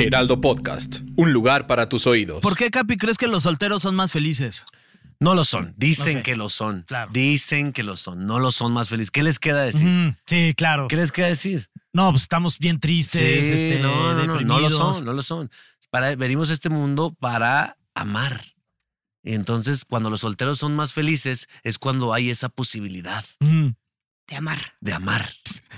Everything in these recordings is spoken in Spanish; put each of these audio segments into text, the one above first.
Heraldo Podcast, un lugar para tus oídos. ¿Por qué, Capi, crees que los solteros son más felices? No lo son. Dicen Ok. que lo son. Claro. Dicen que lo son. No lo son más felices. ¿Qué les queda decir? Mm, sí, claro. ¿Qué les queda decir? No, pues estamos bien tristes, este, no, no, no, deprimidos. no lo son, no lo son. Para, venimos a este mundo para amar. Y entonces, cuando los solteros son más felices, es cuando hay esa posibilidad Mm, De amar. de amar.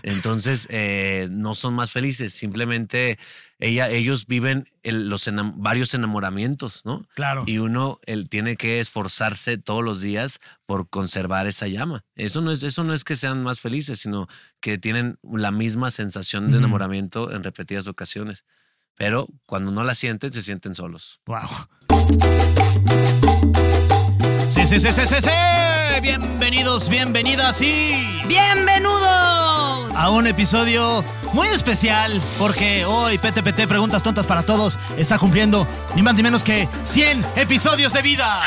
Entonces, eh, no son más felices. Simplemente ella, ellos viven el- los enam- varios enamoramientos, ¿no? claro. Y uno él tiene que esforzarse todos los días por conservar esa llama. Eso no es, eso no es que sean más felices, sino que tienen la misma sensación de Ujú. enamoramiento en repetidas ocasiones. Pero cuando no la sienten, se sienten solos. Wow. Sí, sí, sí, sí, sí, sí. Bienvenidos, bienvenidas y ¡Bienvenidos! a un episodio muy especial porque hoy PTPT Preguntas Tontas para Todos está cumpliendo ni más ni menos que 100 episodios de vida.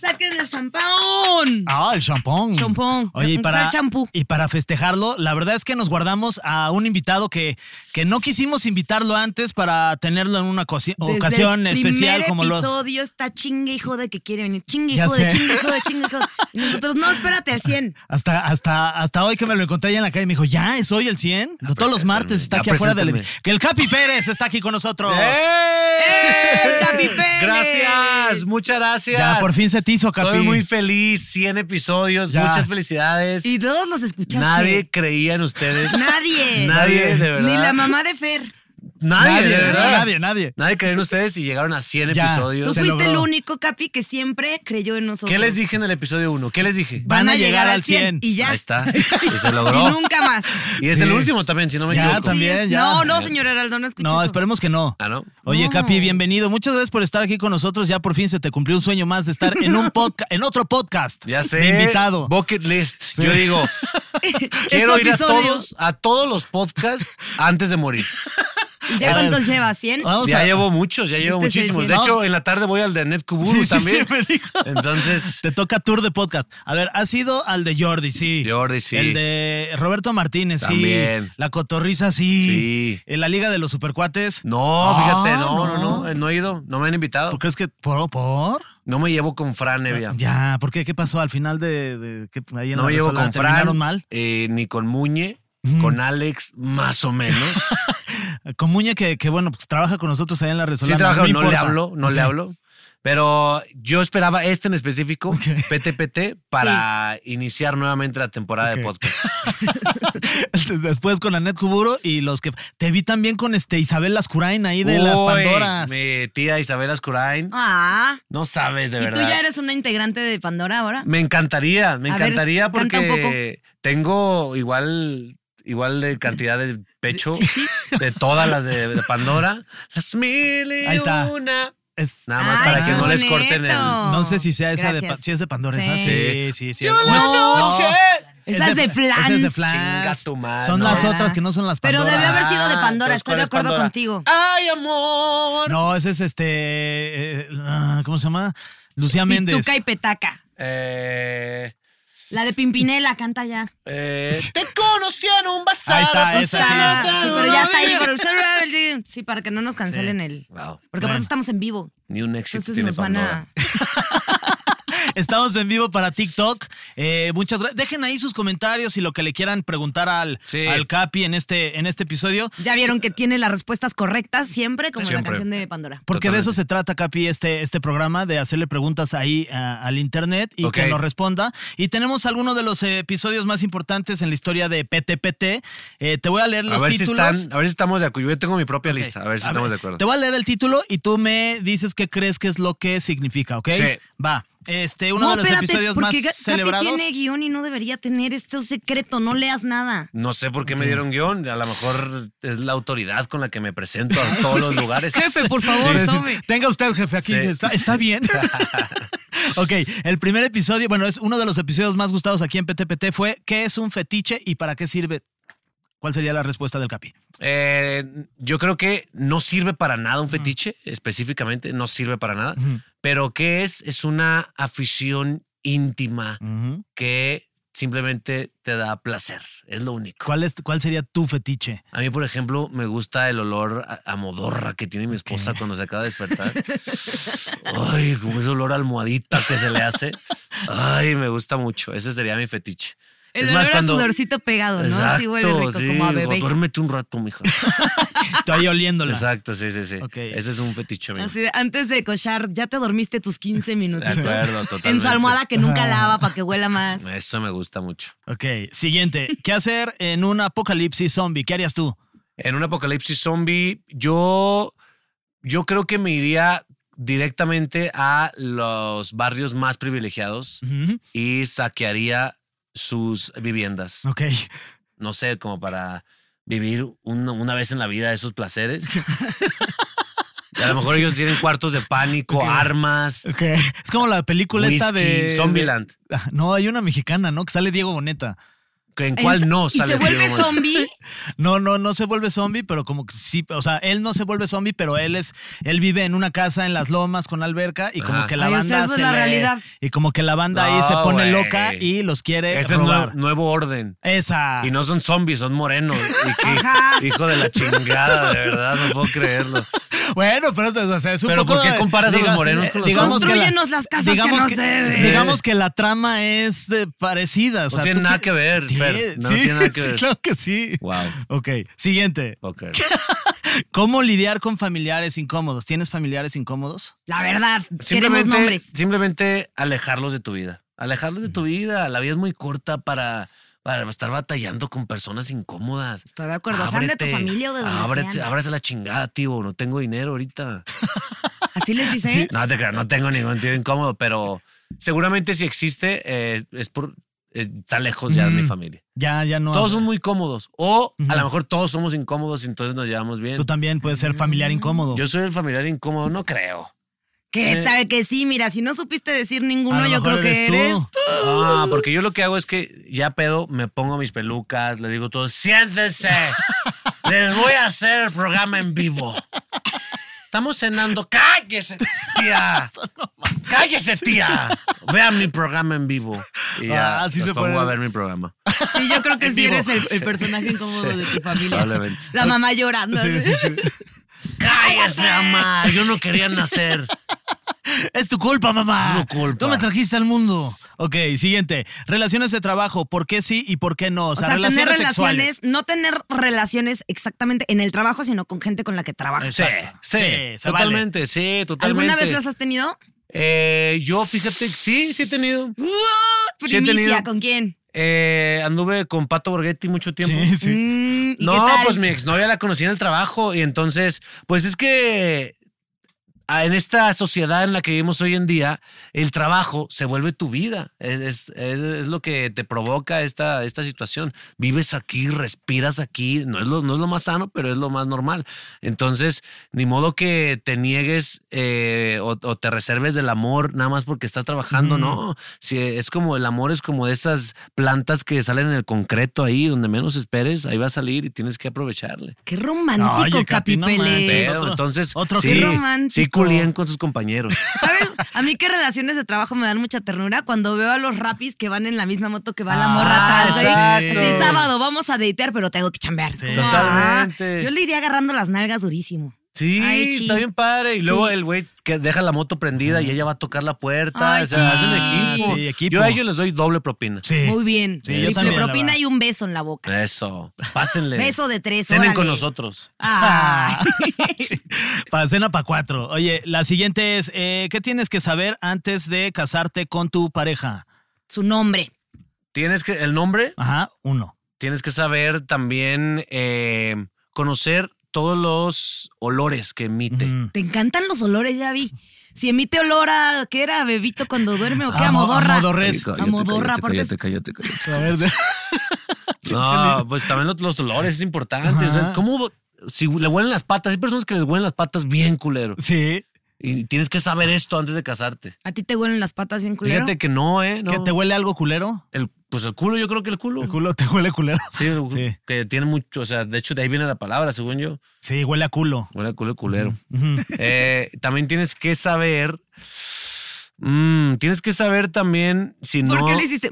¡Saquen el champán! Ah, el champón. Champón. Oye, y para, Sal champú. y para festejarlo, la verdad es que nos guardamos a un invitado que, que no quisimos invitarlo antes para tenerlo en una cosi- Desde ocasión el especial primer como episodio los... está chingue y jode que quiere venir. Chingue y Ya jode, sé. chingue y jode, chingue y jode. Y nosotros, no, espérate al 100. Hasta, hasta, hasta hoy que me lo encontré allá en la calle, me dijo, ya es hoy el 100. Todos los Ah, preséntame, martes está ya aquí afuera del... preséntame. Eh, Que el Capi Pérez está aquí con nosotros. ¡Eh, Capi Pérez! Gracias, muchas gracias. Ya por fin se te hizo, Capi. Estoy muy feliz, 100 episodios, Ya. muchas felicidades. Y todos los escuchaste. Nadie creía en ustedes. Nadie. Nadie, de verdad. Ni la mamá de Fer. Nadie, de verdad. nadie, nadie. Nadie creía en ustedes y llegaron a 100 Ya. episodios. Tú Se fuiste el logró. único, Capi, que siempre creyó en nosotros. ¿Qué les dije en el episodio 1? ¿Qué les dije? Van a llegar al 100. Y ya. Ahí está. Y se Y logró. nunca más. Y es Sí. el último también, si no me Ya, equivoco. también. ya. No, no, señor Heraldo, no escuches No, eso. esperemos que no. Ah, ¿no? Oye, No. Capi, bienvenido. Muchas gracias por estar aquí con nosotros. Ya por fin se te cumplió un sueño más de estar en un podcast, en otro podcast. Ya sé. De invitado. Bucket list. Yo digo, quiero Ese ir a episodio. todos, a todos los podcasts antes de morir. ¿Ya cuántos llevas? ¿100? Vamos ya a- llevo muchos, ya llevo Este es el muchísimos. De cien. hecho, Vamos. en la tarde voy al de Net Kuburu Sí, sí, también. sí, me dijo. Entonces, Te toca tour de podcast. A ver, has ido al de Jordi, sí. Jordi, sí. El de Roberto Martínez, sí. También. La Cotorriza, sí. Sí. En la Liga de los Supercuates. no, fíjate, no, no, no, Ah, no. eh, no he ido, no me han invitado. ¿Tú crees que por? por? No me llevo con Fran Nevia. Ya, ¿por qué? ¿Qué pasó al final de, de- qué- ahí en No la me llevo Resolana? con ¿Terminaron Fran, mal? eh, ni con Muñe, con Alex, más o menos. Con Muña que, que, bueno, pues trabaja con nosotros allá en la Sí Resolana. trabaja, no, le importa. hablo, no le Ok. hablo. Pero yo esperaba este en específico, PTPT, para iniciar nuevamente la temporada de Ok. podcast. Este, Después con Anet Kuburo y los que. Te vi también con este Isabel Lascurain ahí de las Uy, Pandoras. Mi tía Isabel Ascurain. Ah. No sabes, de ¿Y tú verdad. ya eres una integrante de Pandora ahora? Me encantaría, me A ver, encantaría canta un porque tengo igual igual de cantidad de pecho de todas las de, de Pandora. Las mil y Ahí está. una. Es- Nada más Ay, para que qué no les bonito. corten el. No sé si sea esa de, Gracias. Pa- si es de Pandora. esa. Sí. Sí, sí, sí. Yo O la es- noche. Esa es de Flans. Esa es de Flans. Chinga tu madre, Son no. las otras que no son las Pero Pandora. debió haber sido de Pandora, Ah, entonces, estoy de ¿cuál es acuerdo Pandora? contigo. ¡Ay, amor! No, ese es este. eh, ah, ¿Cómo se llama? Lucía Méndez. Pituca y Petaca. Eh, La de Pimpinela, canta ya. eh, te conocí en un bazar. Ahí está, esa sí. Ah, sí, pero ya está ahí. por el- Sí, para que no nos cancelen el. Wow. Bueno. Porque aparte estamos en vivo. Ni un éxito Entonces tiene nos van Pandora. a. Estamos en vivo para TikTok. Eh, muchas gracias. Dejen ahí sus comentarios y lo que le quieran preguntar al, Sí. al Capi en este, en este episodio. Ya vieron que tiene las respuestas correctas siempre, como la Siempre. canción de Pandora. Porque de Totalmente. eso se trata, Capi, este, este programa, de hacerle preguntas ahí a- al internet y Ok. que nos responda. Y tenemos algunos de los eh, episodios más importantes en la historia de PTPT. Eh, te voy a leer A los ver, si títulos. están, a ver si estamos de acuerdo. Yo tengo mi propia lista. A ver si A estamos ver, de acuerdo. Te voy a leer el título y tú me dices qué crees que es lo que significa, ¿ok? Sí. Va. este, uno de los episodios más porque Ga- celebrados. Capi tiene guión y no debería tener este secreto, no leas nada. No sé por qué me dieron guión. A lo mejor es la autoridad con la que me presento a todos los lugares. Jefe, por favor, Sí. tome. Tenga usted, jefe, aquí. Sí. Está, está bien. ok, el primer episodio, bueno, es uno de los episodios más gustados aquí en PTPT fue ¿Qué es un fetiche y para qué sirve? ¿Cuál sería la respuesta del Capi? Eh, yo creo que no sirve para nada un fetiche, específicamente, no sirve para nada. Pero ¿qué es? Es una afición íntima que simplemente te da placer. Es lo único. ¿Cuál, es, ¿Cuál sería tu fetiche? A mí, por ejemplo, me gusta el olor a, a modorra que tiene mi esposa cuando se acaba de despertar. Ay, como ese olor a almohadita que se le hace. Ay, me gusta mucho. Ese sería mi fetiche. El olor a sudorcito pegado, ¿no? Exacto, Sí huele rico, sí, como a bebé. o Duérmete un rato, mija. Estoy ahí oliéndola. Exacto, sí, sí, sí. Ok. Ese es un fetiche mío. Así de, antes de cochar, ya te dormiste tus 15 minutitos. De acuerdo, totalmente. En su almohada que nunca lava para que huela más. Eso me gusta mucho. Ok, siguiente. ¿Qué hacer en un apocalipsis zombie? ¿Qué harías tú? En un apocalipsis zombie, yo, yo creo que me iría directamente a los barrios más privilegiados y saquearía sus viviendas. Ok. No sé, como para vivir una, una vez en la vida esos placeres. Y a lo mejor ellos tienen cuartos de pánico, armas, Ok. Es como la película esta de. whisky, Zombieland. Ah, No, hay una mexicana, ¿no? Que sale Diego Boneta. ¿En cuál Es- no Y sale se vuelve Diego Boneta? zombie. No, no, no se vuelve zombie, pero como que sí, o sea, él no se vuelve zombie, pero él es, él vive en una casa en las lomas con alberca y como Ajá. que la Ay, o banda sea, eso es se la le- realidad. y como que la banda ahí se No, pone güey. loca y los quiere Ese es robar. Ah. nuevo, nuevo orden. Esa. Y no son zombies, son morenos. Y que- hijo de la chingada, de verdad, no puedo creerlo. Bueno, pero o sea, es un Pero poco ¿por qué de- comparas a los morenos con los digamos que la- Construyenos las casas que digamos no se ven. Digamos que la trama es eh, parecida. O sea, tiene tú nada que- que ver, Sí, Fer, no sí, tiene nada que sí, ver. claro que sí. Wow. Ok, siguiente. puedo creer. ¿Cómo lidiar con familiares incómodos? ¿Tienes familiares incómodos? La verdad, queremos Simplemente, nombres. simplemente alejarlos de tu vida. Alejarlos de tu vida. La vida es muy corta para, para estar batallando con personas incómodas. Estoy de acuerdo, sean de tu Ábrete, familia o de donde ábrete, sean. ábrese la chingada, tío. No tengo dinero ahorita. Así les dices. No, te creas, no tengo ningún tío incómodo, pero seguramente si existe, eh, es por. eh, Está lejos ya de mi Mm. familia. Ya, ya no. Todos son muy cómodos. O Ujú. a lo mejor todos somos incómodos y entonces nos llevamos bien. Tú también puedes ser familiar incómodo. Yo soy el familiar incómodo, no creo. ¿Qué Eh. tal que sí? Mira, si no supiste decir A ninguno, lo yo mejor creo que eres. tú. Ah, porque yo lo que hago es que ya pedo, me pongo mis pelucas, le digo todo, siéntense, les voy a hacer el programa en vivo. Estamos cenando, cállese, tía. Cállese, tía. Vean mi programa en vivo. Y ya Ah, sí los se pongo puede. a ver mi programa. Sí, yo creo que sí vivo. eres el, el personaje incómodo de tu familia. Probablemente. La mamá llorando. Sí, sí, sí. Cállese, mamá. Yo no quería nacer. Es tu culpa, mamá. Es tu culpa. Tú me trajiste al mundo. Ok, siguiente. Relaciones de trabajo. ¿Por qué sí y por qué no? O sea, tener relaciones, sexuales. no tener relaciones exactamente en el trabajo, sino con gente con la que trabajas. Exacto. Sí, Sí, sí, se vale. totalmente, sí, totalmente. ¿Alguna vez las has tenido? Eh, yo, fíjate, sí, sí he tenido. ¡Wow! Sí he tenido. Ah, Primicia, ¿con quién? Eh, anduve con Pato Borghetti mucho tiempo. Sí, sí. Mm, ¿y No, qué tal? pues mi exnovia la conocí en el trabajo y entonces, pues es que ah, en esta sociedad en la que vivimos hoy en día, el trabajo se vuelve tu vida. Es, es- es- es lo que te provoca esta, esta situación. Vives aquí, respiras aquí. No es, lo, no es lo más sano, pero es lo más normal. Entonces, ni modo que te niegues eh, o, o te reserves del amor nada más porque estás trabajando, ¿no? Si es como el amor es como de esas plantas que salen en el concreto ahí, donde menos esperes, ahí va a salir y tienes que aprovecharle. Qué romántico, Oye, Capi, no Capipeles. manches. Pero otro- entonces, otro sí, qué romántico. sí culían con sus compañeros. ¿Sabes? A mí que relaciones de trabajo me dan mucha ternura cuando veo a los rapis que van en la misma moto que va la Ah, morra atrás. güey. exacto. Así, sábado vamos a deitear, pero tengo que chambear. Como, ah, Totalmente. Yo le iría agarrando las nalgas durísimo. Sí, Ay, chi. está bien padre. Y luego Sí. el güey que deja la moto prendida y ella va a tocar la puerta. Ay, o chi. sea, hacen equipo. Sí, equipo. Yo a ellos les doy doble propina. Sí. Muy bien. Sí, yo Triple también, la propina verdad. y un beso en la boca. Eso. Pásenle. Beso de tres, Cenen con órale. nosotros. Ah. Sí. Para cena para cuatro. Oye, la siguiente es, eh, ¿qué tienes que saber antes de casarte con tu pareja? Su nombre. Tienes que, el nombre, Ajá, uno. tienes que saber también eh, conocer todos los olores que emite. Ujú. Te encantan los olores, ya vi. si emite olor a, ¿qué era? ¿Bebito cuando duerme o qué? Amodorra. Amodorres. Cállate, Amodorra, aparte es- cállate, cállate, cállate. A ver, de- No, pues también los, los olores es importante. o sea, Ajá. ¿Cómo si le huelen las patas? Hay personas que les huelen las patas bien culero. sí. Y tienes que saber esto antes de casarte. ¿A ti te huelen las patas bien culero? Fíjate que no, ¿eh? No. ¿Que te huele algo culero? El- pues el culo, yo creo que el culo. ¿El culo te huele culero? Sí, Sí. que tiene mucho, o sea, de hecho de ahí viene la palabra, según yo. Sí, huele a culo. Huele a culo culero. Eh, también tienes que saber, mm, tienes que saber también si ¿Por no... qué le hiciste?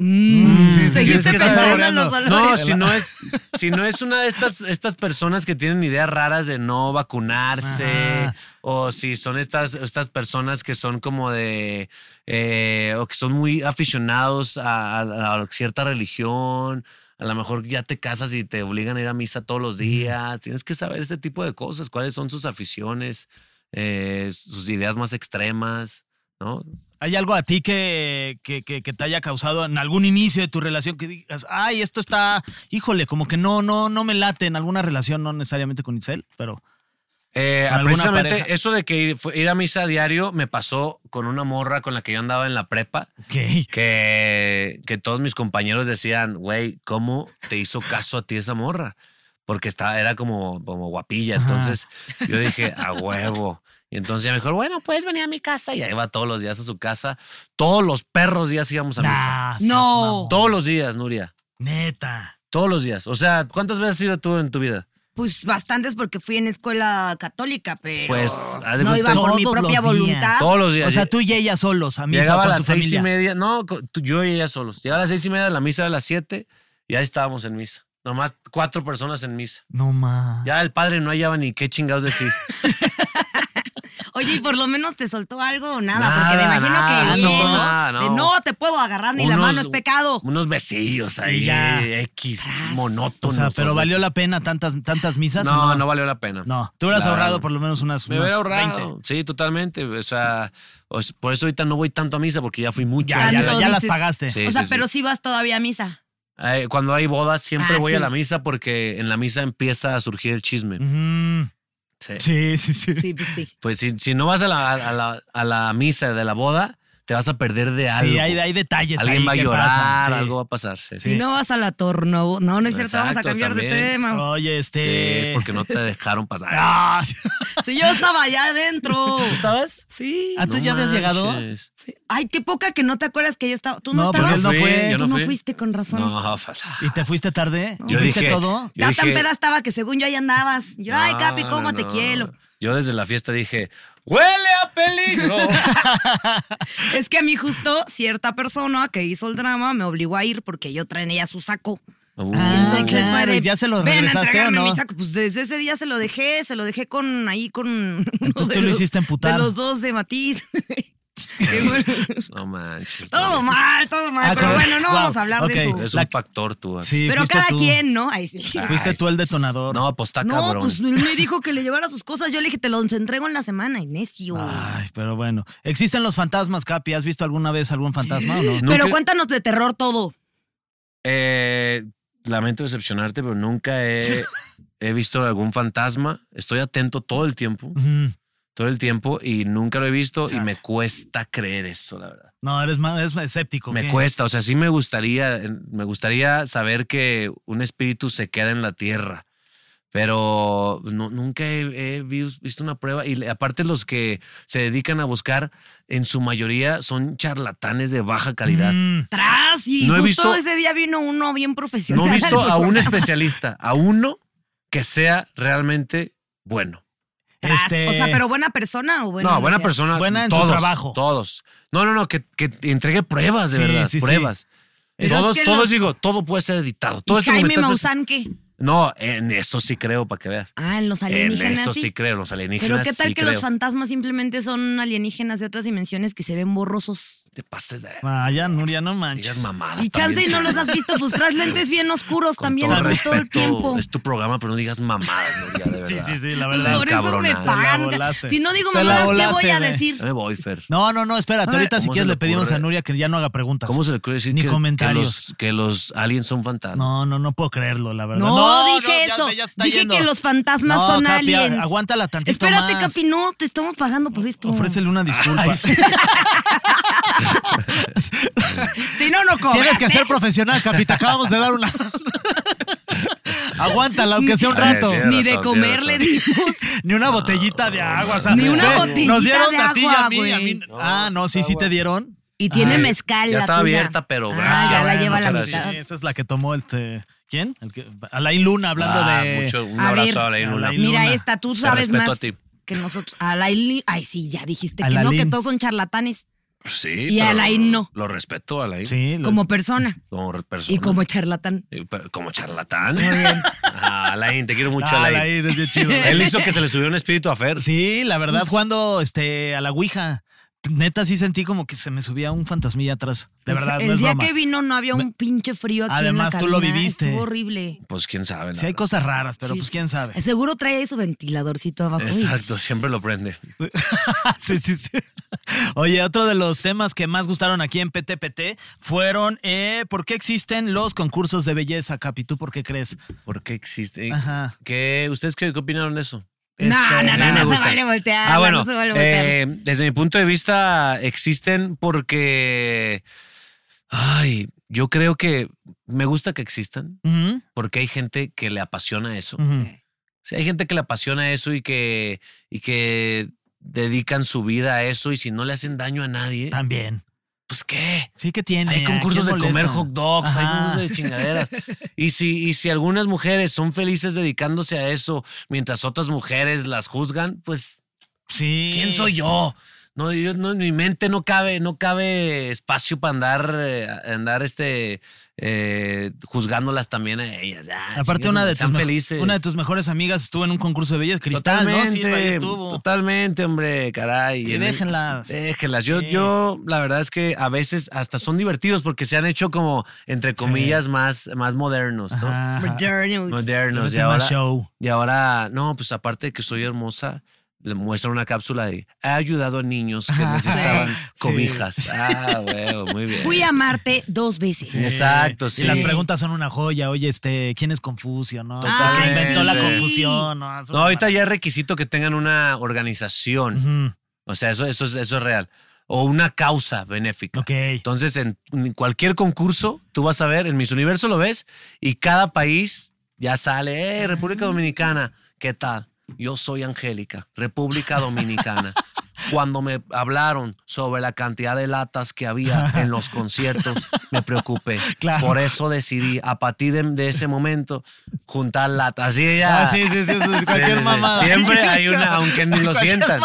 sí, Mm, sí, tienes seguiste que pensando en saboreando. los olores. No, si no es, si no es una de estas, estas personas que tienen ideas raras de no vacunarse, Ajá. o si son estas, estas personas que son como de eh, o que son muy aficionados a, a- a cierta religión. A lo mejor ya te casas y te obligan a ir a misa todos los días. Tienes que saber este tipo de cosas, cuáles son sus aficiones, eh, sus ideas más extremas, ¿no? ¿Hay algo a ti que, que, que- que te haya causado en algún inicio de tu relación que digas, ay, esto está, híjole, como que no, no, no me late en alguna relación, no necesariamente con Itzel, pero. Eh, ¿Con alguna precisamente pareja? eso de que ir, fue- ir a misa a diario me pasó con una morra con la que yo andaba en la prepa, Ok. que, que todos mis compañeros decían, güey, ¿cómo te hizo caso a ti esa morra? Porque estaba, era como, como guapilla. Entonces yo dije, a huevo. Y entonces ella me dijo, bueno, puedes venir a mi casa. Y ahí va todos los días a su casa. Todos los perros días íbamos a misa. Nah, seas No. mamón. Todos los días, Nuria. Neta. Todos los días. O sea, ¿cuántas veces has ido tú en tu vida? Pues bastantes porque fui en escuela católica, pero Pues, haz de no cuenta- iba por mi Todos propia los días. voluntad. Todos los días. O sea, tú y ella solos, a mí Llegaba a con las tu seis familia. y media. No, co- tú- yo y ella solos. Llegaba a las seis y media, la misa a las siete, y ahí estábamos en misa. Nomás cuatro personas en misa. No más. Ya el padre no hallaba ni qué chingados decir. Oye, y por lo menos te soltó algo o nada, Nada, porque me imagino nada, que no, bien, nada, De, no. no te puedo agarrar ni la mano es pecado. Unos besillos ahí, Y ya. X, O monótonos. sea, pero dos valió veces. la pena tantas, tantas misas. No, ¿o no, valió la pena. No, tú hubieras La ahorrado verdad. por lo menos unas. Me hubiera unas 20. ahorrado. Sí, totalmente. O sea, os- por eso ahorita no voy tanto a misa porque ya fui mucho. Ya, ya, Tanto ya las dices. pagaste. Sí, o sea, sí, sí. pero sí vas todavía a misa. Eh, cuando hay bodas siempre Ah, voy a sí. la misa porque en la misa empieza a surgir el chisme. Mm. Ujú. Sí. Sí, sí, sí. Sí, pues sí. Pues si, si no vas a la, a, la, a la misa de la boda, te vas a perder de algo. Sí, hay, hay detalles. Alguien ahí va a que llorar, pasan, sí. algo va a pasar. Sí. Si no vas a la torno, no, no es cierto, vamos a Exacto, cambiar de también. tema. Oye, este. Sí, es porque no te dejaron pasar. Ah, Si yo estaba allá adentro. estabas? Sí. Ah, ¿tú ya habías llegado? sí. Ay, qué poca que no te acuerdas que yo estaba. Tú no, No, porque estabas. él no fue, yo Tú no fui. fuiste con razón. No, pasa. ¿Y te fuiste tarde? Yo ¿Fuiste dije, todo? yo Ya tan dije- peda estaba que según yo ahí andabas. Yo, ay, Capi, No, cómo no, te no. quiero. Yo desde la fiesta dije, ¡huele a peligro! Ah, Es que a mí justo cierta persona que hizo el drama me obligó a ir porque yo traía su saco. Uh, Entonces claro, fue de, ¿y ya se lo "Ven a regresaste o entregarme no?" mi saco. Pues desde ese día se lo dejé, se lo dejé con ahí con. uno Entonces de tú lo los- hiciste emputar. De los dos de Matiz. Qué bueno. no manches. no. todo mal, todo mal. Ah, pero claro. bueno, no Wow, vamos a hablar ok. de eso. Es La- un factor tú. ah. Sí, Pero fuiste cada tú. quien, ¿no? Ahí sí. Fuiste Ay, tú el detonador. No, pues está No, cabrón. pues él me dijo que le llevara sus cosas. Yo le dije, te los entrego en la semana, Inesio. Ay, pero bueno. ¿Existen los fantasmas, Capi? ¿Has visto alguna vez algún fantasma o no? Nunca- Pero cuéntanos de terror todo. Eh, lamento decepcionarte, pero nunca he, he visto algún fantasma. Estoy atento todo el tiempo, Ujú. todo el tiempo, y nunca lo he visto y me cuesta creer eso, la verdad. No, eres más eres escéptico. Me ¿qué? cuesta, o sea, sí me gustaría, eh, me gustaría saber que un espíritu se queda en la tierra, pero no- nunca he, he vi- visto una prueba. Y le- aparte los que se dedican a buscar, en su mayoría son charlatanes de baja calidad. Mm. Tras y No he justo visto- ese día vino uno bien profesional. No he visto al a un programa. especialista, a uno que sea realmente bueno. Tras. Este- O sea, pero buena persona o buena. no, buena mujer? persona. Buena en su todos, trabajo. Todos. No, no, no, que, que entregue pruebas, de Sí, verdad, sí, sí. pruebas. Esos Todos, que todos los- digo, todo puede ser editado. Todo ¿Y esto que me Jaime estás- Maussan qué? No, en eso sí creo, para que veas. Ah, en los En alienígenas. eso sí creo, los alienígenas. Pero qué tal sí que creo. los fantasmas simplemente son alienígenas de otras dimensiones que se ven borrosos. te pases de ver. Ah, ya, Nuria, no Digas manches. mamadas. Y chance y también. no los has visto, pues traes lentes bien oscuros Con también todo a mí todo el respeto, tiempo. Es tu programa, pero no digas mamadas, Nuria, de verdad. Sí, sí, sí, la Pues verdad. ahora- Por eso cabrona. me Te la pagan. volaste. Si no digo Te la mamadas, ¿qué voy volaste, a güey. decir? Ya me voy, Fer. No, no, no, espérate. Ah, Ahorita si ¿cómo quieres se le le pedimos ocurre? a Nuria que ya no haga preguntas. ¿Cómo se le ocurre decir Ni que, comentarios. Que, los, que los aliens son fantasmas? No, no, no puedo creerlo, la verdad. No, dije ya eso. sé, ya se está dije yendo. que los fantasmas No, son Capi, a- aliens. aguántala tantito Espérate, más. Capi, no, te estamos pagando por esto. Ofrécele una disculpa. Si no, no cobras. Tienes que ¿eh? ser profesional, Capi. Te acabamos de dar una. Aguántala, aunque sea un A ver, rato. tienes Ni de razón, comer tienes le razón. dimos. Ni una botellita de agua. o sea, Ni una ve, botellita Nos dieron de a ti y a agua, mí. a mí- güey. Ah, no, sí, sí te dieron. Y tiene mezcal. Ya la estaba tuya. abierta, pero Ah, gracias. ya la Bueno, lleva a la muchas mitad. gracias. Esa es la que tomó este. ¿Quién? El que- Alain Luna, hablando Ah, de. mucho- un A abrazo ver, a Alain Luna. Alain Luna. Mira esta, tú Te sabes respeto más a ti. que nosotros. A Alain, ay sí, ya dijiste A que la no, que Lin. todos son charlatanes Sí. Y pero Alain no. Lo respeto a Alain. Sí, la- como persona Como persona. y como charlatán. Eh, pero Como charlatán. Muy bien. Alain, te quiero mucho, Ah, Alain. Alain, es bien chido. Él hizo que se le subiera un espíritu a Fer. Sí, la verdad, jugando este, a la Ouija. Neta, sí sentí como que se me subía un fantasmilla atrás. De Pues, verdad, el no es día broma. que vino no había un pinche frío aquí Además, en tú la lo cabina, viviste. Estuvo horrible. Pues quién sabe. la Sí, hay verdad. cosas raras, pero Sí, pues sí. quién sabe. Seguro trae ahí su ventiladorcito abajo. Uy, Exacto, siempre lo prende. sí, sí, sí. Oye, otro de los temas que más gustaron aquí en PTPT fueron eh, por qué existen los concursos de belleza, Capi. ¿Tú por qué crees? ¿Por qué existe? Ajá. ¿Qué, ¿Ustedes qué, qué opinaron de eso? No, no, A mí no, me no, se gusta. Ah, vale voltear. Ah, no, no se vale voltear. eh, desde mi punto de vista existen porque, ay, yo creo que me gusta que existan Ujú, porque hay gente que le apasiona eso. ujú. Sí, hay gente que le apasiona eso y que, y que dedican su vida a eso y si no le hacen daño a nadie, También. pues qué. Sí que tiene. Hay ¿a concursos de quién molesta? comer hot dogs, hay Ajá. concursos de chingaderas. Y si, y si algunas mujeres son felices dedicándose a eso, mientras otras mujeres las juzgan, pues, Sí. ¿quién soy yo? No, yo no, en mi mente no cabe, no cabe espacio para andar, eh, andar este, eh, juzgándolas también a ellas. Ya, Aparte, chingue su una madre, de, tus sean mejo- felices. una de tus mejores amigas estuvo en un concurso de belleza cristal, ¿no? Sí, ahí Totalmente, estuvo. Totalmente, hombre, caray. Sí, En el- déjenlas. Déjenlas. Yo, Sí. yo, la verdad es que a veces hasta son divertidos porque se han hecho como, entre comillas, más, más modernos, ¿no? Ajá, ajá. Modernos. Le Modernos. Y meten más ahora, show. y ahora, no, pues aparte de que soy hermosa, le muestran una cápsula de he ayudado a niños que Ajá. necesitaban Sí. cobijas. Ah, huevo, muy bien. Fui a Marte dos veces. Sí. Exacto, Y sí. las preguntas son una joya. Oye, este, ¿quién es Confucio, no? O sea, Totalmente. ¿quién inventó la Sí. confusión? No, Es No, una ahorita maravilla. ya es requisito que tengan una organización. Ujú, O sea, eso, eso, es- eso es real. O una causa benéfica. Ok. Entonces, en cualquier concurso, tú vas a ver, en Miss Universo lo ves, y cada país ya sale, "Eh, República Dominicana, ¿qué tal? Yo soy Angélica, República Dominicana. Cuando me hablaron sobre la cantidad de latas que había en los conciertos, me preocupé. Claro. Por eso decidí, a partir de, de ese momento, juntar latas. Así ella- Ah, sí, sí, sí, sí, Sí, cualquier sí, sí. mamada. Siempre hay una, aunque ni lo sientan.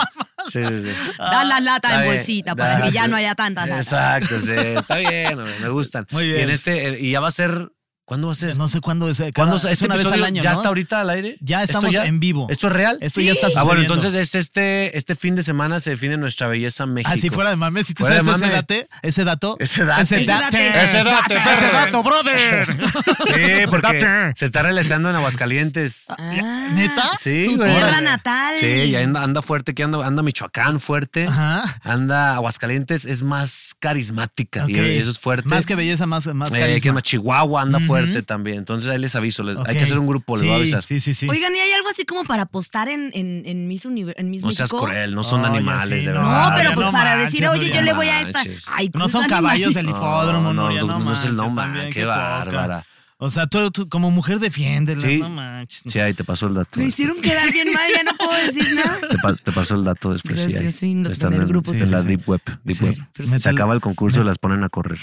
Sí, sí, sí. Da la lata Está en bien, da- bolsita para que ya no haya tantas latas. Exacto, sí. Está bien, hombre, me gustan. Muy Y, bien. en este, eh, y ya va a ser. ¿Cuándo va a ser? No sé cuándo es. eh, ¿Cuándo cada- se- es este una vez al episodio año, ¿Ya ¿no? está ahorita al aire? Ya ¿Esto estamos en vivo. ¿Esto es real? Esto ya está Ah, bueno, sucediendo. entonces es este, este fin de semana se define nuestra belleza en México. Ah, si fuera de mame, si te Fuera de sabes ese mame. dato, ese dato. Ese dato. Ese Ese dato. dato. Ese dato, Ese brother. dato, brother. Sí, porque Date. se está realizando en Aguascalientes. Ah, ¿Neta? Sí, tu güey. tierra natal. Sí, ya anda, anda fuerte, que anda, anda Michoacán fuerte. Ajá. Anda Aguascalientes, es más carismática. Ok. Y eso es fuerte. Más que belleza, más, más Eh, carisma. que más Chihuahua anda fuerte también. Entonces ahí les aviso, les- hay que hacer un grupo, les sí, voy a avisar. Sí, sí, sí. Oigan, ¿y hay algo así como para apostar en, en, en Miss, Univer- en Miss No seas México? cruel, no son Oye, animales, sí, de no. verdad. No, pero Ah, pues no para manches, decir, oye, yo Nuria. le voy a esta. Manches. Ay, pues, No son cruzan caballos del animales. hipódromo, No, no, Nuria, no, no es el manches, nombre, también, qué poca. bárbara. O sea, tú, tú como mujer defiéndela, Sí. no manches. Sí, ahí te pasó el dato. Me hicieron quedar bien mal, ya no puedo decir nada. Te, pa- te pasó el dato después. Gracias, ahí. sí, no Están tener en, grupos está en la así. Deep Web. Deep Web. Se Métele- acaba el concurso y las ponen a correr.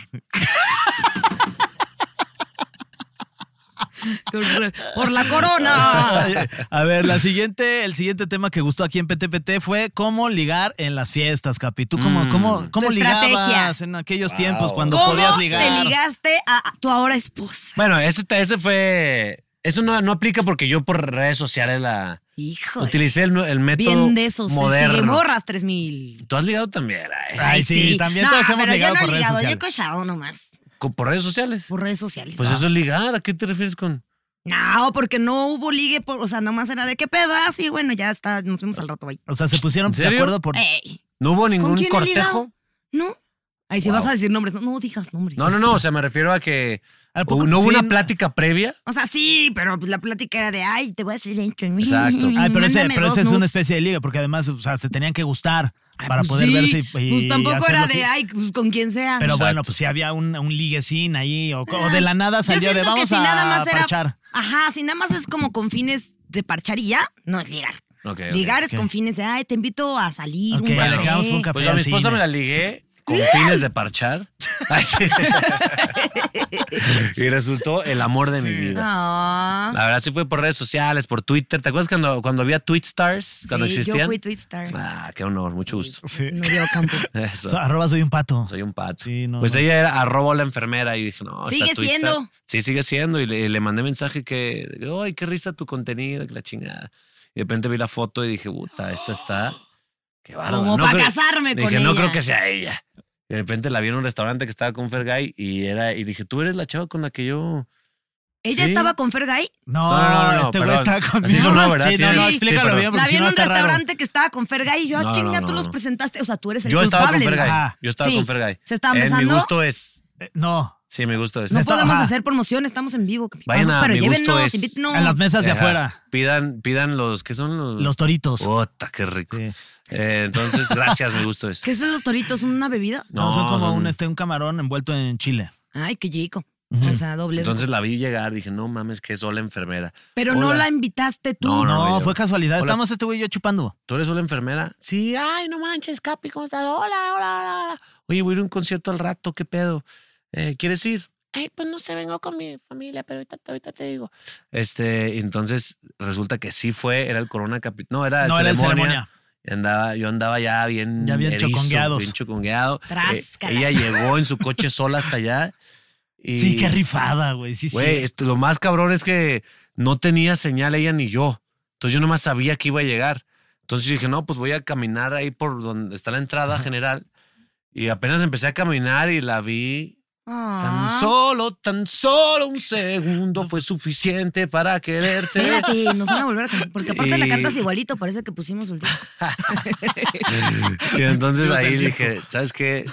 Por la corona. A ver, la siguiente, el siguiente tema que gustó aquí en PTPT fue cómo ligar en las fiestas, Capi. ¿Tú Mm. cómo, cómo, cómo Tu ligabas estrategia. en aquellos tiempos cuando ¿Cómo podías ligar? te ligaste a tu ahora esposa? Bueno, eso, te- eso fue. Eso no, no aplica porque yo por redes sociales la, Hijo. Utilicé el, nue- el método Bien de esos. moderno. Sí, borras 3000. Tú has ligado también. ay, Ay, sí, también todos hemos pero ligado yo no por he redes ligado, yo he sociales. cochado nomás. con- por redes sociales. Por redes sociales. Pues eso es ligar. ¿A qué te refieres con? No, porque no hubo ligue, por, o sea, nomás era de qué pedo. Ah, sí, bueno, ya está, nos vemos al rato, bye. O sea, se pusieron ¿En de serio? acuerdo por. Ey, ¿No hubo ningún quién he cortejo? ligado? ¿No? Ay, si vas a decir nombres, no, no digas nombres. No, no, no. O sea, me refiero a que Al o poco- no hubo sí, una no- plática previa. O sea, sí, pero pues la plática era de, ay, te voy a hacer esto. Exacto. Ay, pero ese, Mándame pero dos ese es una nudes. especie de liga, porque además, o sea, se tenían que gustar Ay, para pues poder sí, verse y, y Pues tampoco hacerlo era así. de, ay, pues con quien sea. Pero bueno, Exacto. pues si había un, un liguecín ahí, o, o de la nada Yo salió siento de que vamos si a nada más era. parchar. Ajá, si nada más es como con fines de parchar y ya, no es ligar. Ok, ok. ligar es ok. con fines de, ay, te invito a salir. Ok, un le café". quedamos con café. Pues a mi al esposa cine. me la ligué con fines de parchar. Ay, sí. y resultó el amor de mi vida. Ah. La verdad sí fue por redes sociales, por Twitter. ¿Te acuerdas cuando, cuando había Twitstars? Cuando Sí, existían. Yo fui Twitstar. Ah, qué honor, mucho gusto. Sí. No dio campo. Eso. O sea, arroba soy un pato. Soy un pato. Sí, no, pues no. ella era arroba la enfermera y dije, no, esta Sigue Twister- siendo. Sí, sigue siendo. Y le, le mandé mensaje que, ay, qué risa tu contenido, que la chingada. Y de repente vi la foto y dije, puta, esta está. Qué bárbara. Como No para creo- casarme con Dije, no ella. creo que sea ella. Y de repente la vi en un restaurante que estaba con Fergay y era, y dije, tú eres la chava con la que yo. ¿Ella Sí. estaba con Fergay? No, No, no, no, no, este güey perdón. está Así conmigo. sonó, ¿verdad? Sí, no, Tiene- no, sí, explícalo pero- bien, porque La vi si en no un está raro. restaurante que estaba con Fergay y yo, No, ah, no, chinga, no, tú los no. presentaste. O sea, tú eres el Yo estaba con culpable. Fergay. Ah, yo estaba sí. con Fergay. ¿Se estaban Eh, Mi besando? gusto es. Eh, No, Sí, mi gusto es. No Está- podemos ajá. hacer promoción, estamos en vivo. Vayan Ah, a Pero Mi Gusto llévenos, es- invítenos. en las mesas de Ajá. afuera. Pidan, pidan los, ¿qué son los? Los toritos. Puta, qué rico. Sí. Eh, entonces, gracias, mi gusto es. ¿Qué es los toritos? ¿Una bebida? No, son como un, este, un camarón envuelto en chile. Ay, qué chico. Ujú. O sea, doble. Entonces la vi llegar, dije, no mames, que es sola enfermera. Pero no hola. la invitaste tú. No, No, no, yo- fue casualidad. Hola. Estamos este güey y yo chupando. ¿Tú eres sola enfermera? Sí, ay, no manches, Capi, ¿cómo estás? Hola, hola, hola. hola. Oye, voy a ir a un concierto al rato, ¿qué pedo? Eh, ¿Quieres ir? Ay, pues no sé, vengo con mi familia, pero ahorita, ahorita te digo. Este, entonces resulta que sí fue, era el Corona Capi. No, era el No, era el Ah, ceremonia. ceremonia. Y Andaba, yo andaba ya bien, Ya bien erizo, chocongueados. bien chocongueado. Eh, Tráscalas. ella llegó en su coche sola hasta allá. Y, Sí, qué rifada, güey. Sí, sí. Güey, esto- lo más cabrón es que no tenía señal ella ni yo. Entonces yo nomás sabía que iba a llegar. Entonces dije, no, pues voy a caminar ahí por donde está la entrada general. Y apenas empecé a caminar y la vi. Ah. Tan solo, tan solo un segundo fue suficiente para quererte. Espérate, nos van a volver a cantar. Porque aparte la Y- cantas igualito, parece que pusimos un disco. Y entonces Sí, o sea, ahí sí. dije, ¿sabes qué?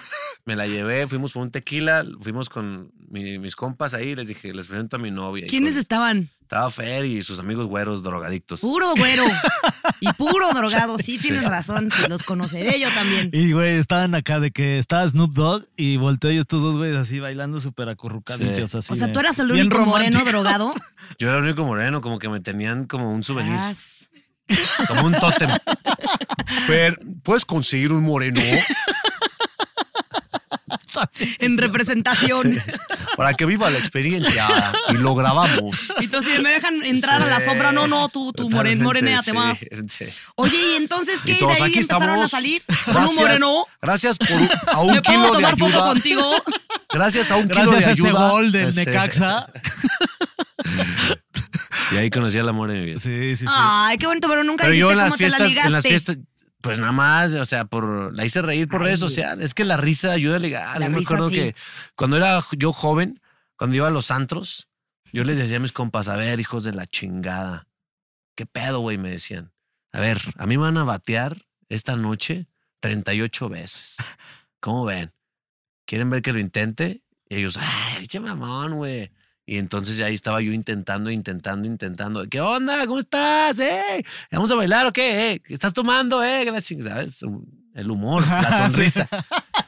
Me la llevé, fuimos por un tequila, fuimos con mi- mis compas ahí, les dije, les presento a mi novia. Y ¿Quiénes con- estaban? Estaba Fer y sus amigos güeros drogadictos. Puro güero. Y puro drogado. Sí, Sí. tienes razón. sí, los conoceré yo también. Y, güey, estaban acá de que estaba Snoop Dogg y volteó y estos dos güeyes así bailando súper acurrucaditos. Sí. Así O sea, de- tú eras el bien único moreno románticos. drogado. Yo era el único moreno, como que me tenían como un souvenir, As. como un tótem. Fer, ¿puedes conseguir un moreno En representación. para que viva la experiencia? Y lo grabamos. Y entonces me dejan entrar a la Sí. sombra. No, no, tú, tú moren, Totalmente, moreneate sí, más. sí. Oye, ¿y entonces qué? Y ¿Y todos de ahí aquí empezaron estamos. a salir? ¿Con un Gracias, moreno? gracias por un- a un ¿Me kilo puedo tomar de foto ayuda. contigo? Gracias a un kilo Gracias de a ese ayuda. gol del Sí. Necaxa. Y ahí conocí al amor de mi vida. Sí, sí, sí. Ay, qué bonito, pero nunca Pero yo dijiste en cómo las te la fiestas, ligaste. en las fiestas, pues nada más, o sea, por la hice reír por redes sociales. Es que la risa ayuda a ligar. La yo me risa, acuerdo sí. que cuando era yo joven, cuando iba a los antros, yo les decía a mis compas, a ver, hijos de la chingada, ¿qué pedo, güey? Me decían, a ver, a mí me van a batear esta noche 38 veces. ¿Cómo ven? ¿Quieren ver que lo intente? Y ellos, ay, pinche mamón, güey. Y entonces ahí estaba yo intentando, intentando, intentando. ¿Qué onda? ¿Cómo estás? ¿Eh? ¿Vamos a bailar o qué? ¿Eh? ¿Qué ¿Estás tomando? ¿Eh? Que la ching- ¿Sabes? El humor, la sonrisa.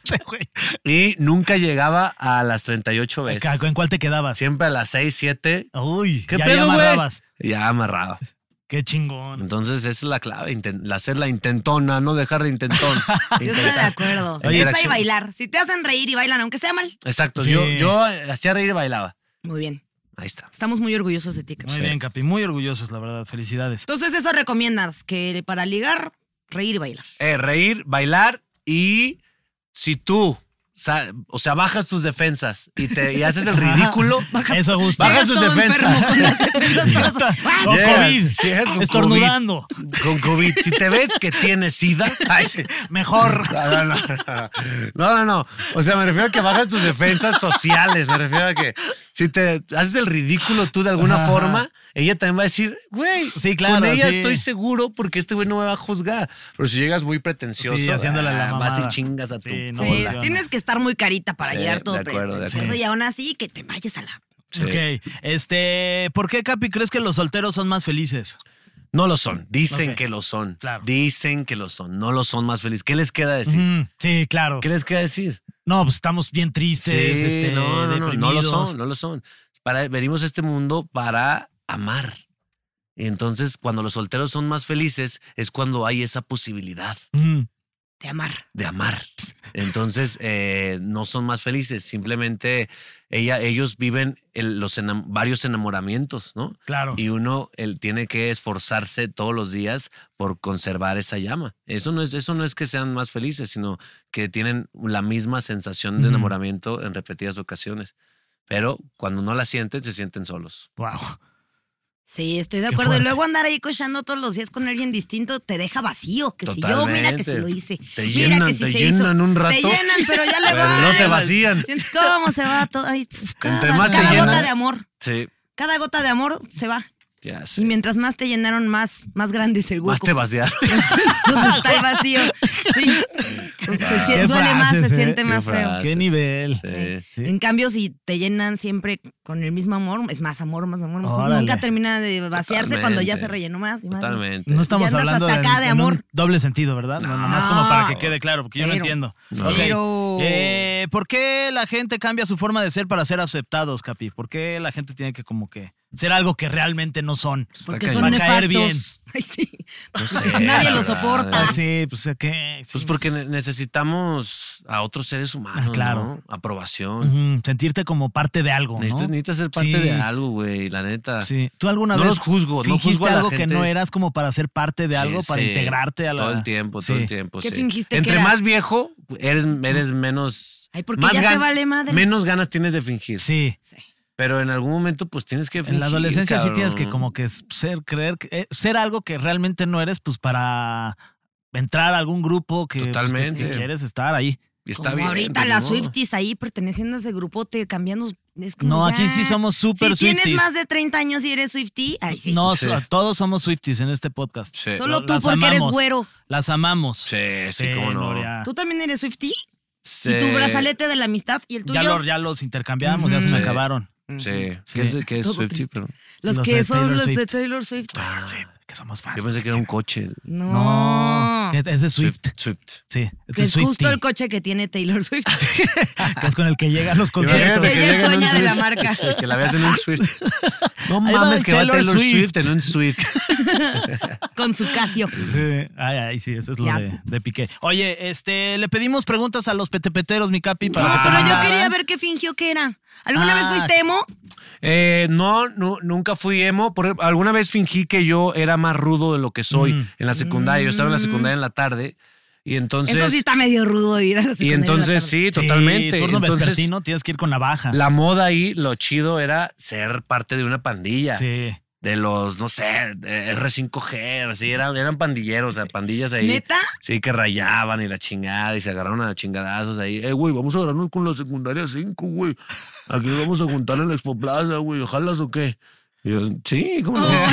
Este güey. Y nunca llegaba a las 38 veces. Acá, ¿En cuál te quedabas? Siempre a las 6, 7. Uy, pues. ¿Qué ya, ya pedo, güey? amarrabas. Ya amarraba. Qué chingón. Entonces esa es la clave, inten- la- hacer la intentona, no dejar de intentón. Yo estoy de acuerdo. Oye, Esa y Jackson. bailar. Si te hacen reír y bailan, aunque sea mal. Exacto, Sí. yo, yo hacía reír y bailaba. Muy bien. Ahí está. Estamos muy orgullosos de ti. Mm, Cacho. Muy bien, Capi. Muy orgullosos, la verdad. Felicidades. Entonces, eso recomiendas, que para ligar, reír y bailar. Eh, reír, bailar y si tú sa- o sea, bajas tus defensas y, te, y haces el ridículo. Eso gusta. Baja Llegas sus todo enfermo defensas. con las defensas todas- ¡Ah! Con Llegas, COVID. llegas con Estornudando. COVID, Con COVID. Si te ves que tienes sida. ay, sí. Mejor. No, no, no. No, no, no. O sea, me refiero a que bajas tus defensas sociales. Me refiero a que si te haces el ridículo tú de alguna forma, ella también va a decir, güey, Sí, claro, con ella sí. estoy seguro porque este güey no me va a juzgar. Pero si llegas muy pretencioso, Sí, haciéndole la ah, vas y mamada. chingas a tu Sí, no, Sí, cola. funciona. tienes que estar muy carita para Sí, llegar todo de acuerdo, de pretencioso acuerdo. y aún así que te vayas a la... Ok. Este, ¿por qué, Capi, crees que los solteros son más felices? No lo son. Dicen Ok. que lo son. Claro. Dicen que lo son. No lo son más felices. ¿Qué les queda decir? Mm, sí, claro. ¿Qué les queda decir? No, pues estamos bien tristes, este, no, no, no, deprimidos. no lo son, no lo son. Para, venimos a este mundo para amar. Y entonces, cuando los solteros son más felices, es cuando hay esa posibilidad Mm. de amar. de amar. Entonces, eh, no son más felices, simplemente ella, ellos viven el- los enam- varios enamoramientos, ¿no? Claro. Y uno él tiene que esforzarse todos los días por conservar esa llama. Eso no es, eso no es que sean más felices, sino que tienen la misma sensación de Ujú. enamoramiento en repetidas ocasiones. Pero cuando no la sienten, se sienten solos. Wow. Sí, estoy de Qué acuerdo. fuerte. Y luego andar ahí cochando todos los días con alguien distinto te deja vacío. Que si yo, mira Totalmente. que se lo hice. Te mira llenan, que si te se llenan hizo. un rato, Te llenan, pero ya le pero va. no te vacían. Sientes cómo se va todo. Ay, pf, cada Entre más te cada llenan- gota de amor. Sí, Cada gota de amor se va. ya Y sé. mientras más te llenaron, más, más grande es el Más hueco. te vaciaron. Donde está el vacío. Sí. Entonces, se Qué siente, duele más, se frases, ¿eh? siente Qué más feo. frases. ¿Qué nivel? Sí. Sí. En cambio, si te llenan siempre con el mismo amor, es más amor, más amor, más amor. Órale. Nunca termina de vaciarse Totalmente. cuando ya se rellenó más y más. y más. Totalmente. No estamos andas hablando hasta en- acá de en amor. un doble sentido, ¿verdad? No, nomás No. como para que quede claro, porque yo no Cero. entiendo. No. Ok. Cero. Eh, ¿Por qué la gente cambia su forma de ser para ser aceptados, Capi? ¿Por qué la gente tiene que como que ser algo que realmente no son? Porque Está son cañón. Para caer nefastos. bien. Ay, sí. No sé, Nadie la lo verdad. soporta. Sí, pues que Pues porque ne- necesitamos a otros seres humanos, Ah, claro. ¿no? Aprobación. Ujú, sentirte como parte de algo, ¿no? Necesitas, necesitas ser parte Sí. de algo, güey, la neta. Sí. ¿Tú alguna No vez los juzgo, no fingiste juzgo a la algo que gente. no eras como para ser parte de Sí, algo, para sí. integrarte a la... Todo el tiempo, todo Sí. el tiempo. ¿Qué sí. fingiste que Entre eras? más viejo, eres, eres menos. Ay, porque más ya te gan- vale madres. Menos ganas tienes de fingir. Sí. Sí. Pero en algún momento, pues tienes que fingir. En la adolescencia sí tienes que cabrón. como que ser, creer, que- eh, ser algo que realmente no eres, pues para entrar a algún grupo que, pues, que- Totalmente. que quieres estar ahí. Y está Como bien, ahorita pues, las ni modo. Swifties ahí perteneciendo a ese grupote, cambiando. es como No, ya. aquí sí somos súper Si Swifties. tienes más de 30 años y eres Swiftie, ay, sí. No, Sí. so- todos somos Swifties en este podcast. Sí. Solo Lo- tú las porque eres amamos. Ah. güero. Las amamos. Sí, sí, cómo no. Gloria. ¿Tú también eres Swiftie? Sí. Y tu brazalete de la amistad y el tuyo. Ya, lo- ya los intercambiamos, ya se me Sí. acabaron. Sí. Mm. Sí. ¿Qué es, qué es Todo Swiftie? Pero los, los que de son Taylor los de Swift. Ah. Taylor Swift. Ah. que somos fans. Yo pensé que era un coche. No. No, es, es de Swift. Swift. Sí, es, Que un es justo Swiftie, el coche que tiene Taylor Swift. que es con el que llegan los Imagínate conciertos. que Ella es llega en un dueña de la Swift. marca. Sí, Que la veas en un Swift. No Ahí va mames, que va Taylor Taylor Swift Swift. en un Swift. con su Casio. Sí, ay, ay, sí, eso es lo Ya. de, de Piqué. Oye, este, le pedimos preguntas a los petepeteros, mi capi, para Ah. que te Pero yo mandaran. quería ver qué fingió que era. ¿Alguna Ah. vez fuiste emo? Eh, no, nu- nunca fui emo. Por- alguna vez fingí que yo era más rudo de lo que soy Mm. en la secundaria. Yo estaba en la secundaria en la tarde y entonces. Eso sí está medio rudo ir a la y secundaria en la entonces tarde. sí, Sí, totalmente. turno entonces vespertino, tienes que ir con la baja. la moda ahí, lo chido era ser parte de una pandilla. Sí. De los, no sé, de R5G, así eran, eran pandilleros, o sea, pandillas ahí. ¿Neta? Sí, que rayaban y la chingada y se agarraron a chingadazos ahí. Eh, güey, vamos a agarrarnos con la secundaria 5, güey. Aquí nos vamos a juntar en la Expo Plaza, güey. ¿Ojalas o qué? Y yo, sí, ¿cómo no? Oh.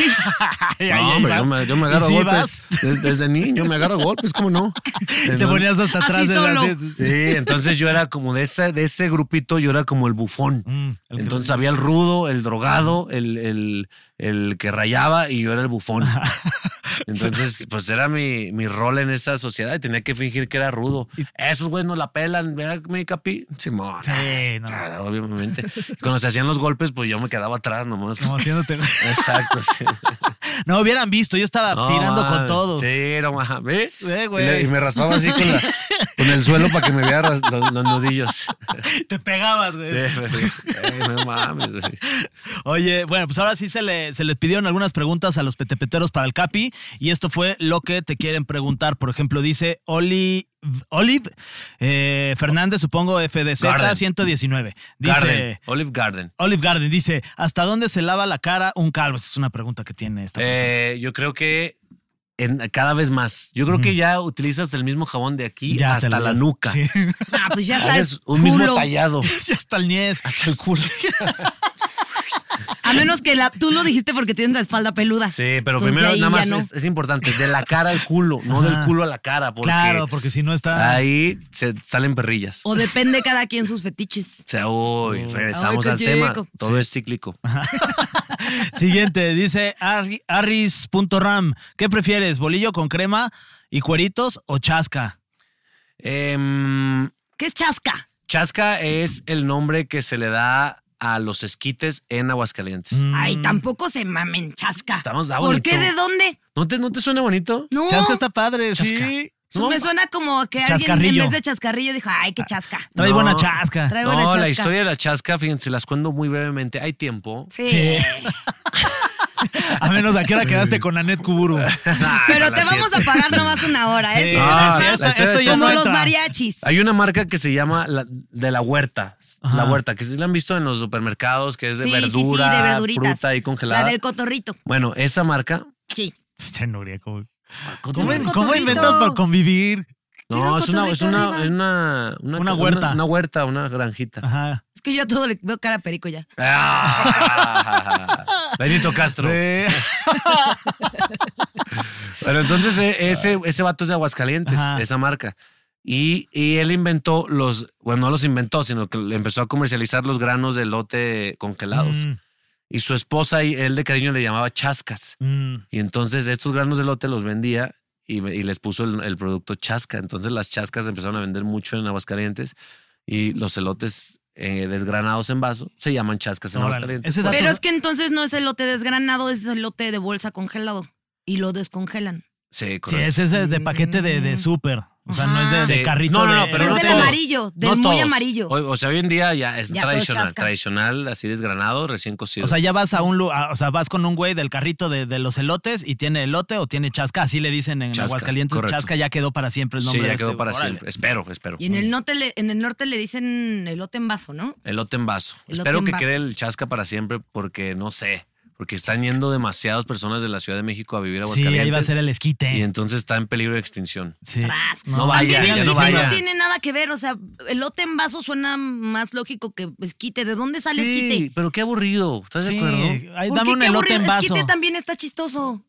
Ay, No, ay, hombre, yo vas. me, yo me ¿Y agarro a sí golpes. vas? Des- Desde, niño me agarro a golpes, ¿cómo no? Te ponías hasta Así atrás de solo. Sí, entonces yo era como de ese, de ese grupito, yo era como el bufón. Mm, Entonces había el rudo, el drogado, el, el- el que rayaba y yo era el bufón. Entonces, pues era mi, mi rol en esa sociedad y tenía que fingir que era rudo. Esos güeyes no la pelan, ¿verdad, mi capi? Simón. Sí, no. Claro, obviamente. Y cuando se hacían los golpes, pues yo me quedaba atrás nomás. Como haciéndote- Exacto, sí. No hubieran visto, yo estaba No, tirando mames. con todo. Sí, no mames. ¿Ves? Sí, Y le- güey. Y me raspaba así con la. con el suelo para que me vean los, los- los nudillos. Te pegabas, güey. Sí, güey. Ey, no mames, güey. Oye, bueno, pues ahora sí se, le, se les pidieron algunas preguntas a los petepeteros para el Capi y esto fue lo que te quieren preguntar. Por ejemplo, dice Oli, Olive eh, Fernández, supongo, FDZ Garden. 119. Dice... Garden, Olive Garden. Olive Garden dice, ¿hasta dónde se lava la cara un calvo? Esa es una pregunta que tiene esta persona. Eh, yo creo que en, cada vez más. Yo creo que ya utilizas el mismo jabón de aquí Mm. Ya te hasta la, nuca. Sí. Ah, pues ya está. Haces el un mismo culo. tallado. Sí, hasta el niés. Hasta el culo. A menos que la, tú lo dijiste porque tienes la espalda peluda. Sí, pero Entonces, primero ahí nada ya más no. es, es importante, de la cara al culo, no Ajá. del culo a la cara, porque Claro, porque si no está... ahí se salen perrillas. O depende cada quien sus fetiches. O sea, Mm. uy, regresamos Ay, al qué tema. chico. Todo es cíclico. Siguiente, dice Arri- Arris.ram. ¿Qué prefieres, bolillo con crema y cueritos o chasca? Em, ¿Qué es chasca? chasca es el nombre que se le da a los esquites en Aguascalientes. Ay, tampoco se mamen chasca. Mm. Estamos- está ¿Por qué? bonito. ¿De dónde? ¿No te, ¿No te suena bonito? No. Chasca está padre, Chasca. sí. Su- Me suena como que alguien en Chascarrillo. vez de chascarrillo dijo, ay, qué chasca. Trae No. buena chasca. Trae buena No, chasca. la historia de la chasca, fíjense, las cuento muy brevemente. Hay tiempo. Sí. Sí. A menos a qué hora quedaste con Anet Kuburu. Pero te vamos a pagar nomás una hora, ¿eh? Sí. Si no Ah, te sí, vas- esto- esto ya como cuenta. los mariachis. Hay una marca que se llama la- de la huerta. La huerta, que sí la han visto en los supermercados, que es de Sí, sí, sí, verdura, de verduritas. fruta ahí congelada. La del cotorrito. Bueno, esa marca. Sí. Este no griego. ¿Cómo, ¿Cómo- Quiero cómo un cotorrito. inventas para convivir? No, es una, es una, arriba. es una, Una huerta. Una, huerta, una granjita. Ajá. Es que yo a todo le veo cara a perico ya. Ah, Benito Castro. Eh, Bueno, entonces eh, ese, ese vato es de Aguascalientes, Ajá. esa marca. Y, y él inventó los, bueno, no los inventó, sino que le empezó a comercializar los granos de lote congelados. Mm, Y su esposa y él de cariño le llamaba chascas. mm. Y entonces estos granos de lote los vendía y, y les puso el, el producto chasca. Entonces las chascas empezaron a vender mucho en Aguascalientes y los elotes eh, desgranados en vaso se llaman chascas en Órale. Aguascalientes. Ese dato- Pero es que entonces no es elote desgranado, es elote de bolsa congelado. Y lo descongelan. Sí, Sí, correcto. ese es de- de paquete de, de súper. O sea, no es de- de, Ah, Sí. carrito. No, no, no, de- pero Mm. es no del todos. amarillo, del No muy todos. amarillo. Hoy- o sea, hoy en día ya es Ya todo tradicional, chasca. tradicional, así desgranado, recién cocido. O sea, ya vas a un lugar, o sea, vas con un güey del carrito de, de los elotes y tiene elote o tiene chasca, así le dicen en Chasca, Aguascalientes, correcto. chasca ya quedó para siempre el sí, nombre. ya de quedó este- para órale. siempre. Espero, espero. Mm. Y en el, norte le, en el norte le dicen elote en vaso, ¿no? Elote en vaso. Elote espero en que vaso. quede el chasca para siempre porque no sé, porque están yendo demasiadas personas de la Ciudad de México a vivir a Sí, Aguascalientes. ahí va a ser el Y esquite. entonces está en peligro de extinción. Sí. Tras. No vaya, También ya es- no sí, vaya. tiene nada que ver, o sea, elote en vaso suena más lógico que esquite. ¿De dónde sale Sí, esquite? pero qué aburrido. ¿Estás Sí, de acuerdo? ahí ¿Por dame qué? un elote Qué en aburrido. vaso. Esquite también está chistoso.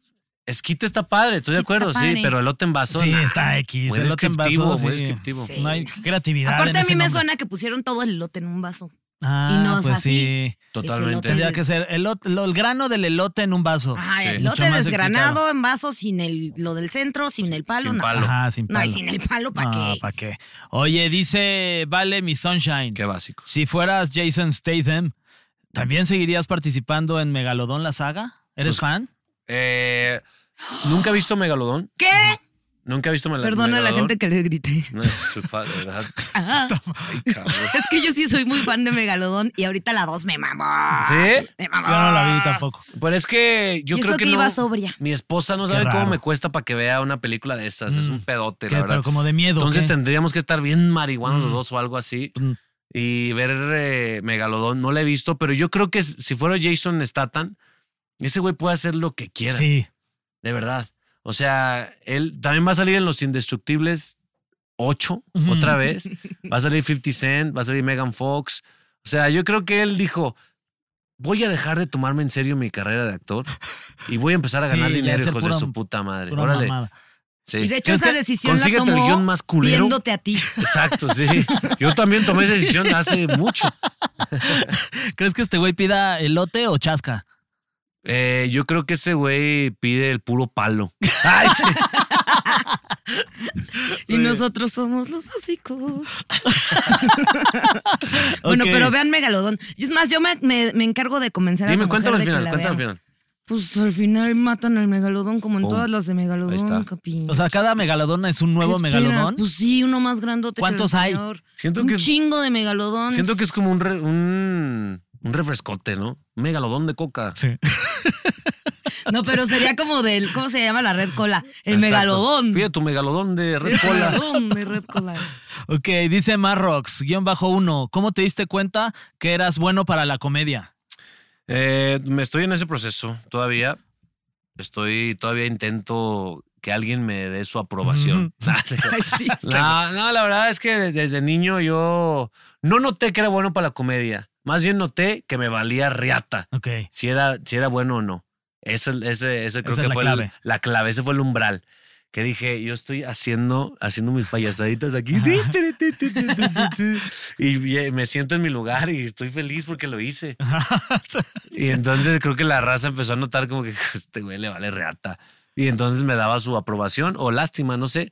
Esquite está padre, estoy de Esquite está acuerdo, sí, padre. pero elote en vaso. Sí, nah, está X. Muy elote en descriptivo, vaso, muy sí. descriptivo. Sí. No hay creatividad. en Aparte a ese mí me nombre. suena que pusieron todo el elote en un vaso. Ah, y no es pues así. sí. Totalmente. Es Tendría que ser elote- lo- el grano del elote en un vaso. Ajá, Sí. Mucho elote más desgranado en vaso sin el lo del centro, sin el palo, Sin no. palo. Ajá, sin No, palo. y sin el palo, ¿para No, qué? ¿pa' qué? Oye, dice, vale, mi sunshine. Qué básico. Si fueras Jason Statham, ¿también seguirías participando en Megalodón la saga? ¿Eres Pues, fan? Eh, Nunca he visto Megalodón. ¿Qué? Nunca he visto Mel- Megalodón. Perdona a la gente que le grité. No, es su padre, ¿verdad? Ajá. Ay, cabrón. Es que yo sí soy muy fan de Megalodón y ahorita la 2 me mamó. ¿Sí? Me mamó. Yo no la vi tampoco. Pues es que yo Y eso creo que, que no- iba sobria. Mi esposa no Qué sabe cómo raro. Mm. me cuesta para que vea una película de esas. Es un pedote, ¿Qué? la verdad. Pero como de miedo. Entonces ¿qué? tendríamos que estar bien marihuanos los Mm. dos o algo así. Mm. Y ver eh, Megalodón, no la he visto, pero yo creo que s- si fuera Jason Statham, ese güey puede hacer lo que quiera, Sí. de verdad. O sea, él también va a salir en Los Indestructibles 8 Ujú. otra vez. Va a salir 50 Cent, va a salir Megan Fox. O sea, yo creo que él dijo, voy a dejar de tomarme en serio mi carrera de actor y voy a empezar a Sí, ganar ya dinero, ser hijos pura- de su puta madre. Pura Este, Órale. mamada. Sí. Y de hecho esa decisión la Consíguete el tomó guión más culero. viéndote a ti. Exacto, sí. Yo también tomé esa decisión hace mucho. ¿Crees que este güey pida elote o chasca? Eh, yo creo que ese güey pide el puro palo. Ay, sí. Y nosotros somos los básicos. bueno, Ok. pero vean Megalodón. Y es más, yo me, me- me encargo de convencer a Dime, mi mujer cuéntame al de que final, la cuéntame al veamos. final. Pues al final matan al megalodón como en Pum. todas las de megalodón, Ahí está. capi. O sea, cada megalodón es un nuevo ¿Qué esperas? megalodón. Pues sí, uno más grandote. que el ¿Cuántos hay? anterior. Siento un que es- chingo de megalodón. Siento que es como un, re- un, un refrescote, ¿no? Un megalodón de coca. Sí. No, pero sería como del. ¿Cómo se llama la red cola? El Exacto. megalodón. Pide tu megalodón de red El cola. megalodón de red cola. Ok, dice Marrox, guión bajo uno. ¿Cómo te diste cuenta que eras bueno para la comedia? Eh, me estoy en ese proceso todavía. Estoy, todavía intento que alguien me dé su aprobación. Ay, sí. No, no, la verdad es que de- desde niño yo no noté que era bueno para la comedia. Más bien noté que me valía riata. Ok. Si era, si era bueno o no. Ese, ese, ese creo Esa que es la fue el- clave. la clave. Ese fue el umbral. Que dije, yo estoy haciendo, haciendo mis payasaditas aquí. y eh, me siento en mi lugar y estoy feliz porque lo hice. Y entonces creo que la raza empezó a notar como que este güey le vale reata. Y entonces me daba su aprobación o lástima, no sé.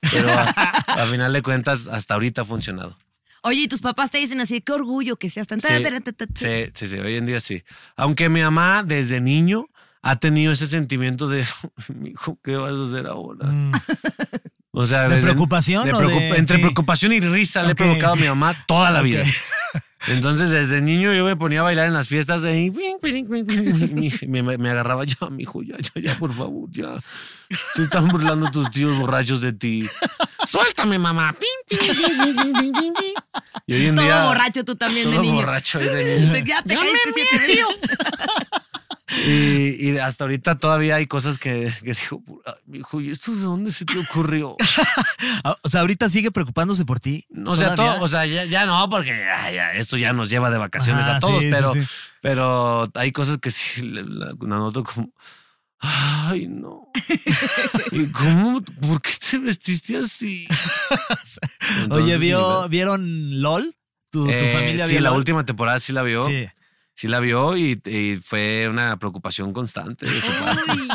Pero a, a final de cuentas, hasta ahorita ha funcionado. Oye, y tus papás te dicen así, qué orgullo que seas tan. Sí, sí, sí, sí, hoy en día sí. Aunque mi mamá desde niño ha tenido ese sentimiento de, mi hijo, ¿qué vas a hacer ahora? O sea, Mm. ¿De preocupación de o preocup- de- entre sí. preocupación y risa le he Ok. provocado a mi mamá toda la Ok. vida. Entonces, desde niño yo me ponía a bailar en las fiestas ahí. Me, me- me agarraba ya, mijo, ya, ya, ya, por favor, ya. Se están burlando tus tíos borrachos de ti. Suéltame, mamá. Pim, pim, pim, pim, pim, pim, pim. Y hoy en Todo día. borracho tú también todo de niño. borracho ahí de niño. Te- Ya te caíste siete veces. Y, y hasta ahorita todavía hay cosas que, que digo, "Ah, mijo, ¿y esto de dónde se te ocurrió? Ah, O sea, ahorita sigue preocupándose por ti. O sea, ¿Todavía? todo, o sea ya, ya no, porque ya- ya, esto ya nos lleva de vacaciones Ajá, a todos, sí, sí, pero, sí. pero hay cosas que sí le- la, la noto como, ay, no. ¿Y cómo? ¿Por qué te vestiste así? Oye, Entonces, vio, sí, ¿vieron LOL? ¿Tu, tu eh, familia sí, vio la LOL? última temporada sí la vio. Sí, Sí. la vio y, y fue una preocupación constante. de su parte. Uy,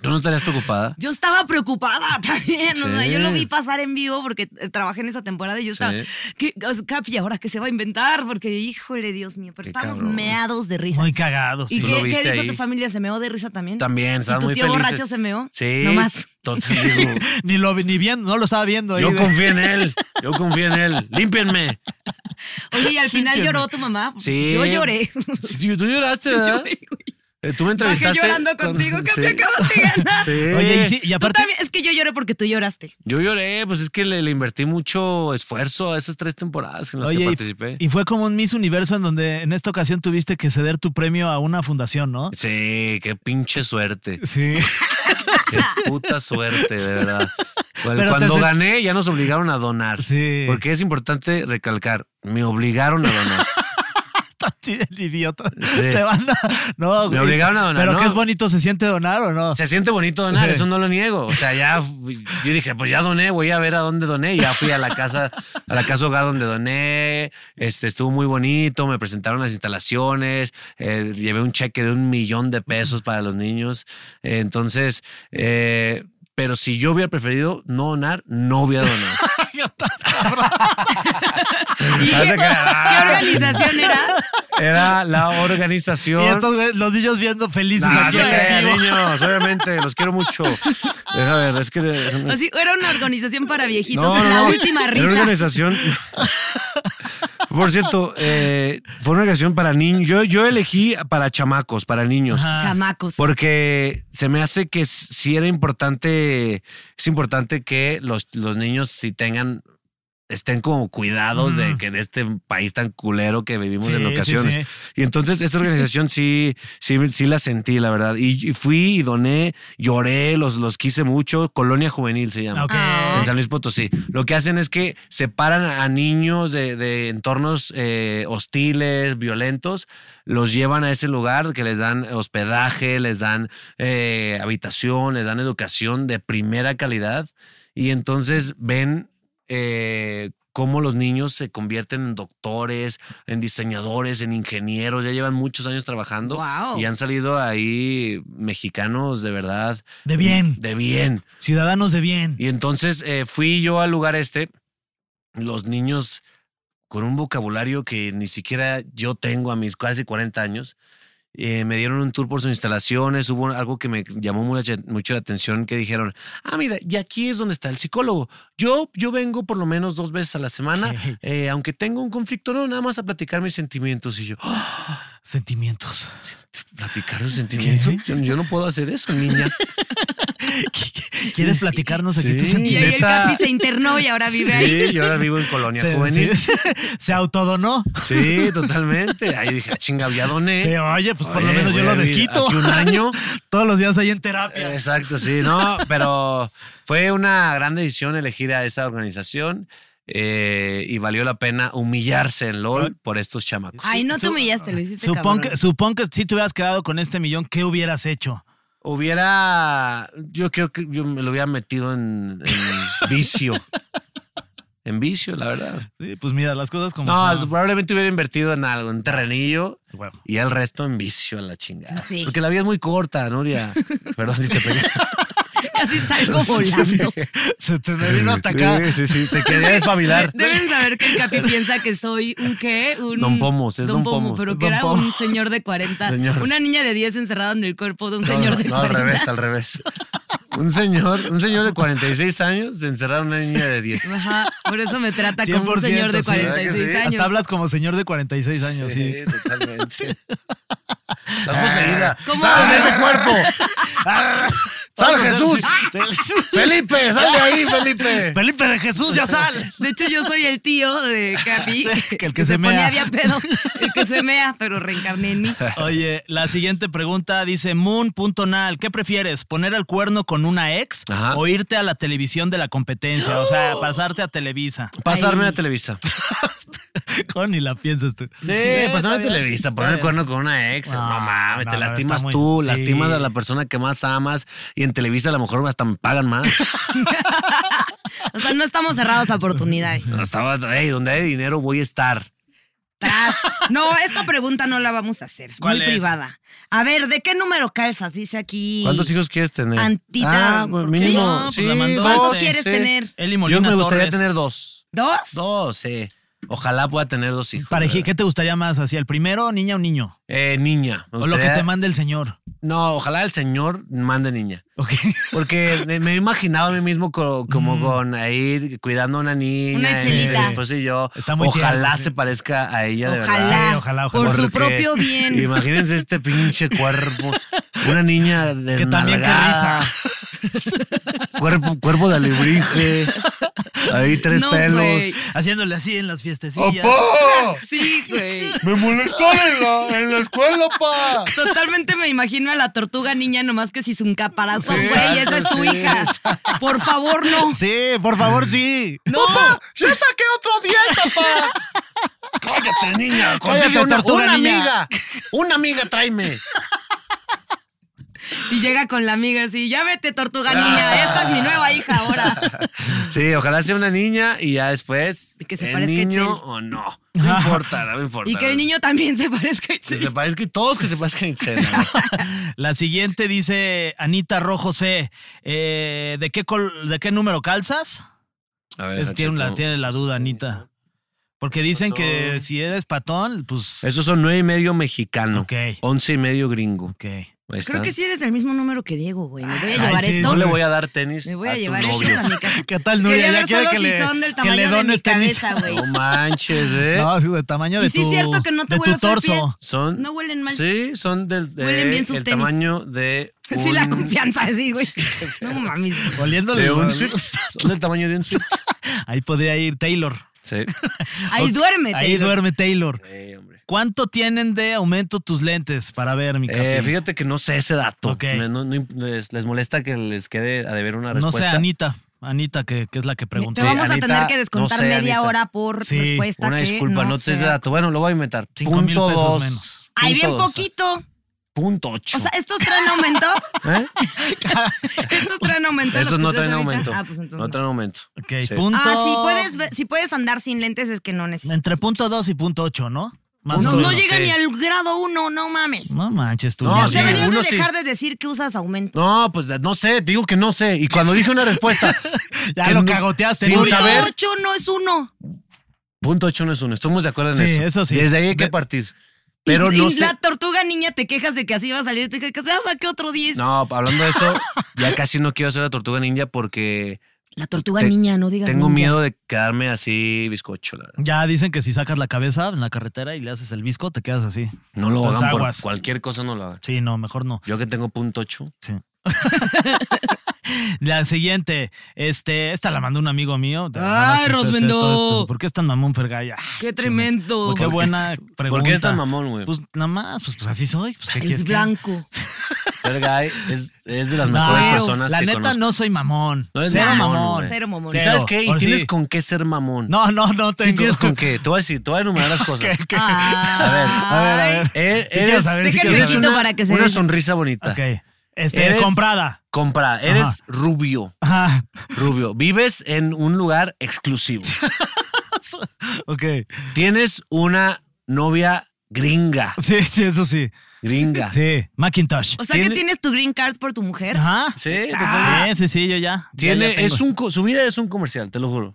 ¿Tú no estarías preocupada? Yo estaba preocupada también. O sea, Sí. yo lo vi pasar en vivo porque eh, trabajé en esa temporada y yo estaba. ¿qué, o sea, Capi, ahora qué se va a inventar? Porque, híjole, Dios mío, pero Qué estamos cabrón. meados de risa. Muy cagados. ¿Y ¿Tú qué, lo qué viste dijo ahí? tu familia? ¿Se meó de risa también? También, ¿Y estaban tu muy tío felices. borracho se meó? Sí. Nomás. Entonces digo, Ni lo vi- ni bien, no lo estaba viendo. ahí yo de- confío en él, yo confío en él, límpienme. Oye, y al final Límpiame. lloró tu mamá. Sí. Yo lloré. Sí, tú, tú lloraste, ¿verdad? Lloré, güey. Eh, Tú me entrevistaste. Bajé llorando con- contigo, Capi, sí. acabas de ganar. Sí. Oye, y, sí, y Tú aparte, también- es que yo lloré porque tú lloraste. Yo lloré, pues es que le, le invertí mucho esfuerzo a esas tres temporadas en las que oye, participé. y, y fue como un Miss Universo en donde en esta ocasión tuviste que ceder tu premio a una fundación, ¿no? Sí, qué pinche suerte. Sí. Qué puta suerte, de verdad. Cual- Pero te Cuando sen- gané, ya nos obligaron a donar. Sí. Porque es importante recalcar, me obligaron a donar. Así del idiota. Sí. Te van a- No, güey. obligaron a donar, Pero ¿no? que es bonito, ¿se siente donar o no? Se siente bonito donar, Sí. eso no lo niego. O sea, ya fui- yo dije, pues ya doné, voy a ver a dónde doné. Ya fui a la casa, a la casa hogar donde doné. Este estuvo muy bonito, me presentaron las instalaciones, eh, llevé un cheque de un millón de pesos para los niños. Eh, entonces, eh, pero si yo hubiera preferido no donar, no hubiera donado. Haz de que- ¿Qué organización era? Era la organización. Y estos güeyes, los niños viendo felices Nah, aquí se en crean, vivo. niños, obviamente, los quiero mucho. Deja ver, es que Así, era una organización para viejitos. No, es no, la no. última Era una risa. organización. Por cierto, eh, fue una canción para niños. Yo, yo elegí para chamacos, para niños. Chamacos. Porque se me hace que s- sí era importante, es importante que los, los niños sí tengan, estén como cuidados de que en este país tan culero que vivimos Sí, en sí, ocasiones. sí. Y entonces esta organización sí, sí, sí la sentí, la verdad. Y, y fui y doné, lloré, los, los quise mucho. Colonia Juvenil se llama. Ah, Ok. En San Luis Potosí. Lo que hacen es que separan a niños de, de entornos eh, hostiles, violentos, los llevan a ese lugar que les dan hospedaje, les dan eh, habitación, les dan educación de primera calidad. Y entonces ven eh, cómo los niños se convierten en doctores, en diseñadores, en ingenieros. Ya llevan muchos años trabajando Wow. y han salido ahí mexicanos de verdad. De bien. De bien. Ciudadanos de bien. Y entonces eh, fui yo al lugar este, los niños con un vocabulario que ni siquiera yo tengo a mis casi 40 años. eh, me dieron un tour por sus instalaciones, hubo algo que me llamó mucho, mucho la atención que dijeron, ah, mira, y aquí es donde está el psicólogo. Yo, yo vengo por lo menos dos veces a la semana, eh, aunque tengo un conflicto, no, nada más a platicar mis sentimientos. Y yo, "Ah, Sentimientos. ¿platicar los sentimientos? Yo, yo no puedo hacer eso, niña. ¿Quieres platicarnos aquí Sí. tus y ahí sentimientos? el neta. Capi se internó y ahora vive ahí. Sí, yo ahora vivo en Colonia Se, Juvenil. sí, se autodonó. Sí, totalmente. Ahí dije, "Ah, chinga, ya doné. Sí, oye, pues por lo Oye, menos yo voy a lo vivir desquito. aquí un año. Todos los días ahí en terapia. Exacto, sí, no, pero fue una gran decisión elegir a esa organización eh, y valió la pena humillarse en LOL por estos chamacos. Ay, no te humillaste, lo hiciste Supón que, Este cabrón. supón que si te hubieras quedado con este millón, ¿qué hubieras hecho? Hubiera, yo creo que yo me lo hubiera metido en, en vicio. En vicio, la verdad. Sí, pues mira, las cosas como No, pues, son. probablemente hubiera invertido en algo, en terrenillo Huevo. y el resto en vicio a la chingada. Sí. Porque la vida es muy corta, Nuria. Perdón si te pegué. Casi salgo volando. Se te me vino hasta acá. Sí, sí, sí, te quería despabilar. Deben saber que el Capi piensa que soy un qué, un Don Pomos, es Don Pomo. pero que Don era Pomo. un señor de 40, Señor. una niña de 10 encerrada en el cuerpo de un No, señor no, de no, 40. al revés, al revés. Un señor, un señor de 46 años se encerraron a una niña de 10. Ajá, por eso me trata como un 100%, señor de sí, ¿verdad que 46 sí? años. Hasta hablas como señor de 46 años, sí. totalmente. Ah. Estás poseída. ¿Cómo? Ah. ¡Sal de ese cuerpo! ¡Sal Jesús! ¡Felipe! ¡Sal de ahí, Felipe! Felipe de Jesús, ya sal. De hecho, yo soy el tío de Capi, Sí, que el que se se, mea. ponía bien pedo, el que se mea, pero reencarné en mí. Oye, la siguiente pregunta dice Moon.nal, ¿qué prefieres? ¿Poner el cuerno con una ex Ajá. o irte a la televisión de la competencia? O sea, pasarte a Televisa. Pasarme a Televisa. Con ni la piensas tú. Sí, está pasarme a bien. Televisa, poner el Está bien. cuerno con una ex. No, No, mames, no, te no, lastimas está muy- tú, sí. lastimas a la persona que más amas y en Televisa a lo mejor hasta me pagan más. O sea, no estamos cerrados a oportunidades. No, estaba, "Ey, donde hay dinero voy a estar. Tras. No, esta pregunta no la vamos a hacer. ¿Cuál muy es? privada. A ver, ¿de qué número calzas? Dice aquí. ¿Cuántos hijos quieres tener? Antita. Ah, pues Sí. mínimo. No, pues la mandó. ¿Cuántos dos, quieres tener? Eli Molina Yo me gustaría Torres. tener dos. ¿Dos? Dos, sí. Ojalá pueda tener dos hijos. Pareji- la verdad. ¿Qué te gustaría más? ¿Así el primero, niña o niño? Eh, niña. me O lo que gustaría- te mande el señor. No, ojalá el señor mande niña. Ok. Porque me me he imaginado a mí mismo co- como con ahí cuidando a una niña. Una eh, chelita. Mi esposo y yo. Está muy ojalá tierno, se sí. parezca a ella de verdad. Ojalá. Sí, ojalá, ojalá. Por su Porque propio bien. Imagínense este pinche cuerpo. Una niña de Que también, qué Cuerpo, cuerpo de alebrije. Ahí tres No, pelos. güey. Haciéndole así en las fiestecillas. Sí, güey. ¡Me molestaron en la, en la escuela, pa! Totalmente me imagino a la tortuga niña, nomás que si es un caparazón, Sí, güey, esa es exacto, tu sí, hija. Por favor, no. Sí, por favor, sí. No. ¡Yo saqué otro 10, papá! ¡Cállate, niña! Cállate, ¡Consigue una, tortuga una niña. amiga! ¡Una amiga, tráeme! Y llega con la amiga así, ya vete, tortuga niña, esta es mi nueva hija ahora. Sí, ojalá sea una niña y ya después. Y que se ¿el parezca a niño Itzel. o no. No importa, no me importa. Y que el niño también se parezca a Que Itzel. se parezca y todos que se parezcan a Itzel, ¿no? La siguiente dice Anita Rojo C. eh, ¿de, qué col- ¿De qué número calzas? A ver, Es- tiene, la, ¿cómo? tiene la duda, Anita. Porque dicen que si eres patón, pues. Esos son nueve y medio mexicano. Ok. Once y medio gringo. Ok. Ahí Creo está. que sí eres del mismo número que Diego, güey. Me voy a Ay, llevar sí, estos. No le voy a dar tenis. Me voy a, tu llevar novio. estos a mi casa. ¿Qué tal, Nuria? Ya Quería ver quiere solo que si le- son del que le tamaño de mi dones tenis. cabeza, güey. No manches, ¿eh? No, sí, de tamaño de Y sí es tu- cierto que no te de huele tu a feo el pie. torso. Son, No huelen mal. Sí, son del de- Huelen bien sus el tenis. tamaño de un, Sí, la confianza, sí, güey. No mames. Oliéndole. de un güey. Swift. Son del tamaño de un Swift. Ahí podría ir Taylor. Sí. Ahí Ok, duérmete. Ahí güey. duerme Taylor. Sí, Eh, hombre. ¿Cuánto tienen de aumento tus lentes para ver, mi Eh, capi? fíjate que no sé ese dato. Ok. Me- no- no- les, les molesta que les quede a deber una No sé, respuesta. Anita. Anita, que, que es la que preguntó. Te vamos a Anita, tener que descontar no sé, media Anita. hora por Sí, respuesta. Una que disculpa, no, sé ese sea- dato. Bueno, lo voy a inventar. Cinco mil Punto pesos dos, menos. Ay, bien punto dos, poquito. Punto ocho. O sea, estos traen aumento. ¿Eh? Estos traen aumento. los Estos que no traes traen ahorita. aumento. Ah, pues entonces. no no. traen aumento. Ok, Sí. punto. Ah, si puedes, ver- si puedes andar sin lentes es que no necesitas. Entre punto 2 y punto 8, ¿no? Más No, o no menos. llega sí. ni al grado uno, no mames. No manches, tú. No, ya sí, sabes. Deberías uno de sí. dejar de decir que usas aumento. No, pues no sé, digo que no sé. Y cuando dije una respuesta, Ya que lo no- cagoteaste. sin Nuria. Punto saber. ocho no es uno. punto ocho no es uno. Estamos de acuerdo en Sí, eso. eso sí. Desde ahí hay que De- partir. Pero y, no y sé. la tortuga niña te quejas de que así va a salir. Te quejas, que "Ah, saqué otro 10. No, hablando de eso, ya casi no quiero hacer la tortuga ninja porque La tortuga Te- niña, no digas. tengo ninja. miedo de quedarme así bizcocho, la verdad. Ya dicen que si sacas la cabeza en la carretera y le haces el visco, te quedas así. No lo Entonces, hagan por aguas. cualquier cosa, no lo hagan. Sí, no, mejor no. Yo que tengo punto ocho. La siguiente, este, esta la mandó un amigo mío. De- Ay, sí, sí, sí, Rosmendo. todo- ¿Por qué es tan mamón Fergaya? Qué tremendo. Pues Qué buena pregunta. ¿Por qué es tan mamón, güey? Pues nada más, pues, pues, así soy. Pues, ¿qué quieres Es que- blanco. Fergay es, es de las No, mejores pero personas la que neta conozco. no soy mamón. No eres Cero mamón, mamón. güey. Cero mamón. ¿Y Cero. sabes qué? Y Ahora sí. tienes con qué ser mamón. No, no, no tengo. Sí tienes con qué. Te voy a decir, te voy a enumerar las cosas. Ah, A ver, a ver, a ver. Eh, Ah. Sí quiero saber, sí eres- quiero eres saber. una, para que se una vea. sonrisa bonita. Ok. Este, Eres- comprada. Compra, eres rubio, Ajá. rubio. Vives en un lugar exclusivo. Ok. Tienes una novia gringa, Sí, sí, eso sí. gringa. Sí. Macintosh. O sea que Ah. Ah. Tiene- tienes tu green card por tu mujer. Ajá. Sí, Sí, sí, sí, yo ya. ya, Tiene, ya tengo. es un, co- su vida es un comercial, te lo juro.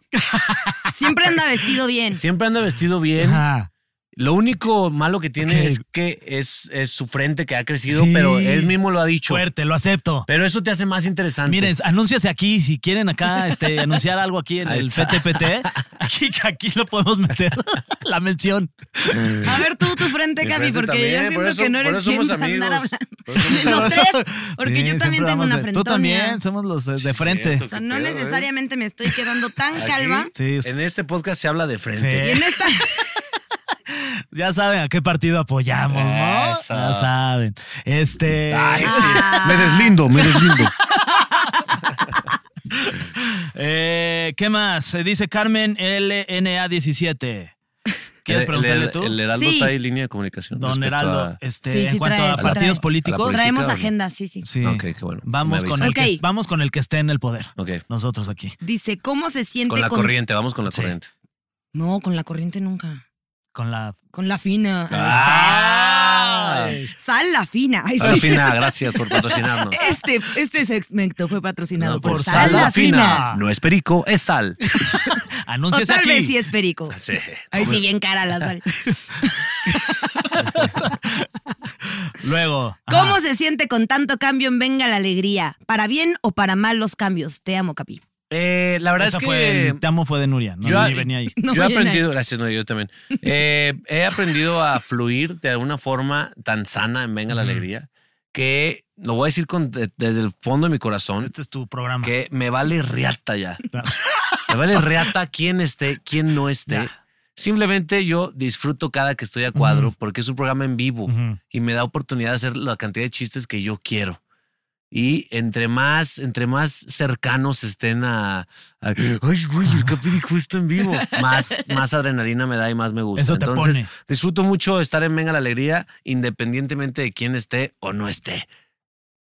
Siempre anda vestido bien. Siempre anda vestido bien. Ajá. Lo único malo que tiene Ok. es que es, es su frente que ha crecido, Sí. pero él mismo lo ha dicho. Fuerte, lo acepto. Pero eso te hace más interesante. Miren, anúnciase aquí si quieren acá este, anunciar algo aquí en Ahí el está. PTPT. Aquí, aquí lo podemos meter. La mención. A ver tú, tu frente, Mi Gaby, frente porque también, eh, yo por siento eso- que no por eres eso quien somos para andar amigos. Por hablando. eso somos Los amigos. tres, porque Sí, yo también siempre tengo vamos una de- frente. Tú también, somos los de, de frente. O sea, no necesariamente me estoy quedando tan eh, Aquí, calva. Sí, En este podcast se habla de Y frente. en esta, ya saben a qué partido apoyamos, ¿no? Eso. Ya saben. Este. Ay, sí. Ah. Me deslindo, me deslindo. eh, ¿Qué más? Eh, Dice Carmen LNA17. ¿Quieres preguntarle tú? El Heraldo Sí. trae línea de comunicación. Don respecto Heraldo, a- este, Sí, sí en cuanto trae, a sí partidos trae. políticos. Política, traemos ¿no? agenda, sí, sí. Sí. Ok, qué bueno. Vamos Me con, avisan. el que, Ok. vamos con el que esté en el poder. Ok. Nosotros aquí. Dice, ¿cómo se siente Con la corriente, vamos con la Sí. corriente. No, con la corriente nunca. Con la. Con la fina. Ah. Ay, sal. Sal la fina. Ay, Sala sí. Fina, gracias por patrocinarnos. Este, este segmento fue patrocinado No, por, por Sal Sal la La Fina. No es perico, es sal. O Anúnciese tal aquí. vez sí es perico. Ah, Sí. Ay, sí, bien cara la sal. Luego. ¿Cómo ajá. se siente con tanto cambio en Venga la Alegría? ¿Para bien o para mal los cambios? Te amo, Capi. Eh, la verdad ah, Esa es que fue el, te amo fue de Nuria. No, Yo- ni venía ahí. No yo he vayan aprendido, gracias, no, yo también. Eh, he aprendido a fluir de alguna forma tan sana en Venga la Ujú. Alegría que lo voy a decir con- de- desde el fondo de mi corazón Este es tu programa. que me vale reata ya. Ta- Me vale reata quién esté, quién no esté. Simplemente yo disfruto cada que estoy a cuadro porque es un programa en vivo Ujú. y me da oportunidad de hacer la cantidad de chistes que yo quiero. Y entre más, entre más cercanos estén a, a- ay, güey, el Capi dijo esto en vivo, más, más adrenalina me da y más me gusta. Eso te Entonces, pone. disfruto mucho estar en Venga la Alegría, independientemente de quién esté o no esté.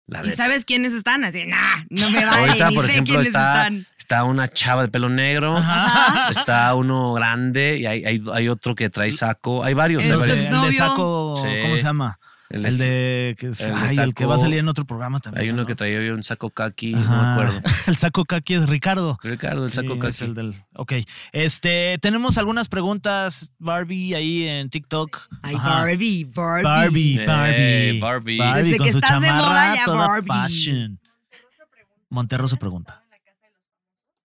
La ¿Y neta. sabes quiénes están? Así, nah, no me vale, Ahorita, ni por sé ejemplo, quiénes está, están. está una chava de pelo negro, está uno grande y hay, hay, hay otro que trae saco. Hay varios. hay Entonces, varios. Entonces, le novio. saco. Sí. ¿Cómo se llama? El El, es- de. que es- el de ay, el que saco- va a salir en otro programa también. Hay uno ¿no? que traía yo un saco kaki, no me Ajá. acuerdo. el saco kaki es Ricardo. Ricardo, el Sí, saco es kaki. el del- Ok. Este, tenemos algunas preguntas, Barbie, ahí en TikTok. Ay, Ajá. Barbie, Barbie. Barbie, Hey, Barbie. Eh, Barbie. Desde con que su estás de chamarra moda ya, toda Barbie. fashion. Monterroso pregunta.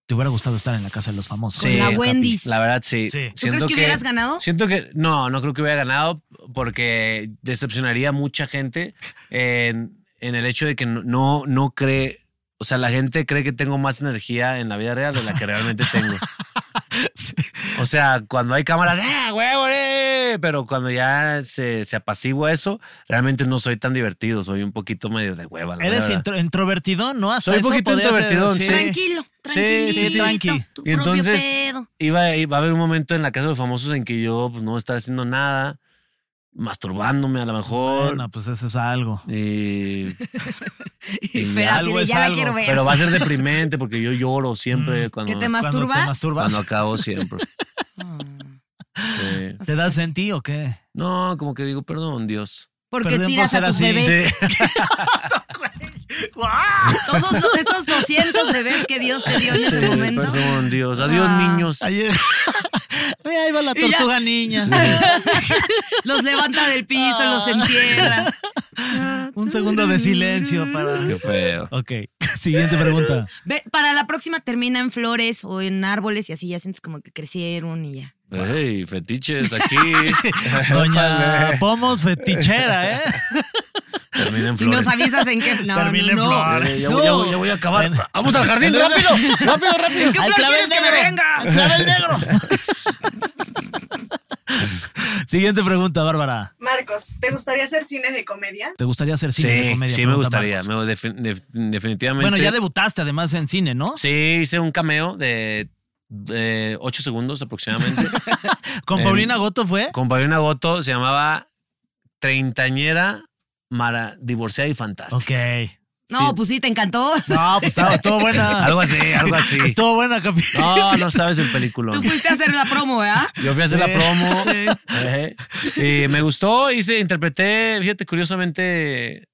¿Te hubiera gustado estar en la casa de los famosos? Con Sí. la papi, Wendy's. La verdad, sí. Sí. ¿Tú ¿Tú crees Siento que, hubieras ganado? Siento que no, no creo que hubiera ganado porque decepcionaría a mucha gente en, en el hecho de que no- no, no cree, o sea, la gente cree que tengo más energía en la vida real de la que realmente tengo. O sea, cuando hay cámaras, ¡ah, huevo! eh! Pero cuando ya se, se apacigua eso, realmente no soy tan divertido, soy un poquito medio de hueva. la Eres verdad. intro- introvertidón, ¿no? Hasta Soy un eso poquito podría ser, introvertidón, sí. Tranquilo, Sí, tranquilo. sí, sí. tranqui. Tu Y propio entonces pedo. iba, iba a haber un momento en la casa de los famosos en que yo pues, no estaba haciendo nada, masturbándome a lo mejor. eh, Bueno, pues eso es algo. y- Y Fer así algo de, es ya la algo, quiero ver. pero va a ser deprimente porque yo lloro siempre cuando, ¿Qué te cuando Cuando masturbas? Mm, te masturbas, acabo siempre. Sí. ¿te das en ti o qué? No, como que digo, perdón, Dios. Porque Perdón por tiras ser a tus así. bebés. Sí. Todos los- esos 200 bebés que Dios te dio en Sí, ese momento. perdón, Dios. Adiós, Ah. niños. Ayer. Mira, ahí va la ya. tortuga niña. Los levanta del piso, los Ah. entierra. Un segundo de silencio para. Qué feo. Ok, siguiente pregunta. Ve, para la próxima termina en flores o en árboles y así ya sientes como que crecieron y ya. Hey, fetiches aquí. Doña Ópale. Pomos fetichera, ¿eh? Termina en Y nos flores. avisas en qué. No, Termina en no, no. flores. Eh, ya voy- ya voy- ya voy a acabar. Vamos al jardín, rápido. Rápido, rápido. ¿En qué flor quieres que me venga? ¡Clavel negro! Siguiente pregunta, Bárbara. Marcos, ¿te gustaría hacer cines de comedia? ¿Te gustaría hacer Sí, cine de comedia? sí me Pregunta gustaría. Marcos. me- defi- def- definitivamente. Bueno, ya debutaste además en cine, ¿no? Sí, hice un cameo de, de 8 segundos aproximadamente. ¿Con Eh, Paulina Goto fue? Con Paulina Goto se llamaba Treintañera Mara Divorciada y Fantástica. Ok. No, pues sí, te encantó. No, pues estaba- estuvo buena. Algo así, algo así. Estuvo buena, Capi. No, no sabes el película. Tú fuiste a hacer la promo, ¿verdad? Yo fui a hacer la Sí, promo. Ajá. Y me gustó, hice, interpreté, fíjate, curiosamente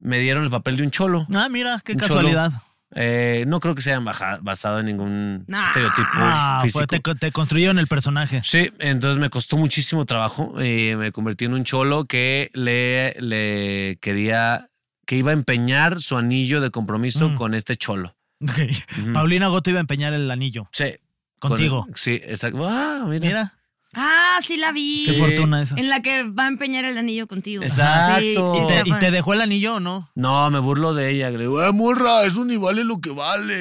me dieron el papel de un cholo. Ah, mira, qué Un cholo. casualidad. Eh, no creo que sea baja- basado en ningún Nah. estereotipo Ah, pues, físico. te, te construyeron el personaje. Sí, entonces me costó muchísimo trabajo. eh, me convertí en un cholo que le, le quería, que iba a empeñar su anillo de compromiso Mm. con este cholo. Ok. Ujú. Paulina Goto iba a empeñar el anillo Sí. con- contigo. sí, exacto. Ah, mira. Mira, Ah, sí la vi. qué Sí. fortuna esa. En la que va a empeñar el anillo contigo. Exacto. Sí, sí, ¿Y te, está y te padre. dejó el anillo o no? No, me burlo de ella. Le digo, "Eh, morra, eso ni vale lo que vale.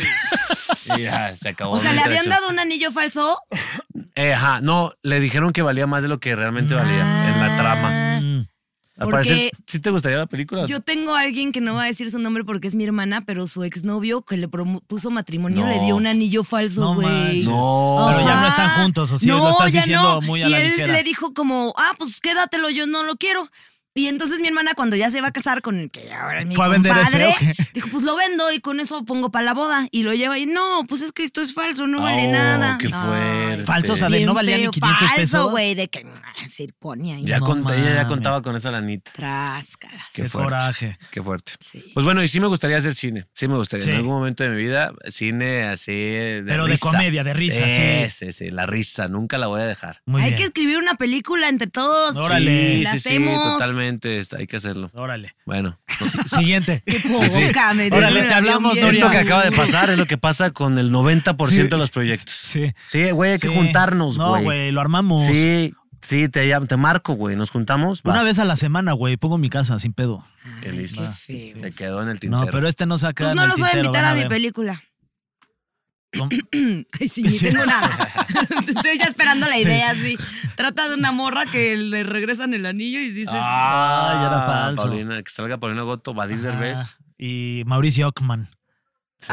Y ya, se acabó. O sea, mi ¿le habían interacción. dado un anillo falso? Eh, ajá, no, le dijeron que valía más de lo que realmente valía en la trama. Mm. Ah. Al Porque- parecer, ¿sí te gustaría la película? Yo tengo a alguien que no va a decir su nombre porque es mi hermana, pero su exnovio que le propuso matrimonio No. le dio un anillo falso, No güey. manches. No. Pero ya Ajá. no están juntos, o sí, lo estás ya diciendo muy a y la él ligera. le dijo como, ah, pues quédatelo, yo no lo quiero. Y entonces mi hermana cuando ya se va a casar con el que ahora es mi ¿Fue a vender ese, compadre, o qué? dijo, pues lo vendo y con eso pongo para la boda. Y lo lleva y no, pues es que esto es falso, no vale Oh, nada. qué fuerte. Falso, o sea, de Bien no valía ni feo, 500 Falso, pesos. güey, de que ah, circonia y Ya No cont- ella ya mames. contaba con esa lanita. tráscaras. Qué Qué, fuerte. coraje. Qué fuerte. Sí. Pues bueno, y sí me gustaría hacer cine. Sí me gustaría. En Sí. algún momento de mi vida, cine así. De Pero de risa. comedia, de risa, sí. Sí, sí, sí. La risa, nunca la voy a dejar. Muy Hay bien. que escribir una película entre todos. Órale. Sí, La sí, sí, hacemos. totalmente. está- Hay que hacerlo. Órale. Bueno. pues Siguiente. Qué poca, Pues me dio Órale, el te hablamos, avión bien Esto que Doria. duro. acaba de pasar es lo que pasa con el 90% de Sí. los proyectos. Sí. Sí, güey, hay que Sí. juntarnos, güey. No, güey, lo armamos. Sí, sí, te, llamo- te marco, güey. Nos juntamos. Va. Una vez a la semana, güey, pongo mi casa sin pedo. Y listo. Qué feo. Se quedó en el tintero. No, pero este no saca. Pues no los voy a invitar a mi película. Ay, sí, ni Sí. tengo nada. Estoy ya esperando la idea, sí. Trata de una morra que le regresan el anillo y dices. Ah, ya era falso. Paulina, que salga Paulina Goto, Badir Derbez. Ah, Y Mauricio Ockman. Sí.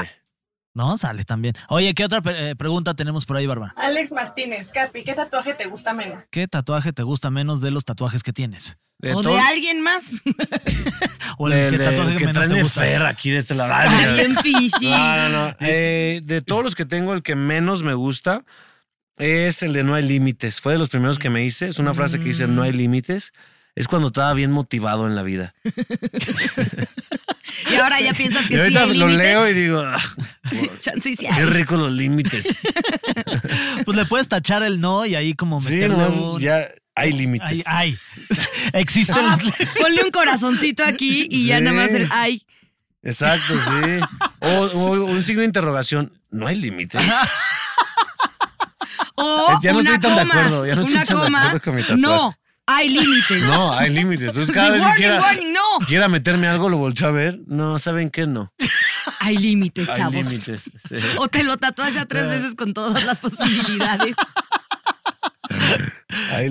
No, sale también. Oye, ¿qué otra pe- eh, pregunta tenemos por ahí, Bárbara? Alex Martínez, Capi, ¿qué tatuaje te gusta menos? ¿Qué tatuaje te gusta menos de los tatuajes que tienes? o todo- de alguien más. O el, que tatuaje que menos te gusta. Fer aquí de este lado. Ay, Ay, mira. Ah. bien pichi. No, no, no. Eh, de todos los que tengo, el que menos me gusta es el de no hay límites. Fue de los primeros que me hice. Es una frase que dice no hay límites. es cuando estaba bien motivado en la vida. Y ahora ya piensas Y que sí ahorita hay lo límites. leo y digo, "Ah, Chance y sí hay. qué rico los límites. Pues le puedes tachar el no y ahí como sí, meterle nomás un- ya hay Ay, límites. ay. Existen Ah, los- ponle un corazoncito aquí y ya Sí. nada más. el- ay, Exacto, sí. O, o un signo de interrogación. No hay límites. o Es- ya no una estoy tan de coma, acuerdo, ya no estoy una tan de coma, acuerdo con mi tatuaje. No, hay límites. No, hay límites. Entonces cada vez que warning, quiera, warning, no. quiera meterme algo, lo volteo a ver. No, ¿saben qué? No. Hay límites, Hay chavos. Oh, límites. sí. Ah. O te lo tatuas ya tres veces con todas las posibilidades. Hay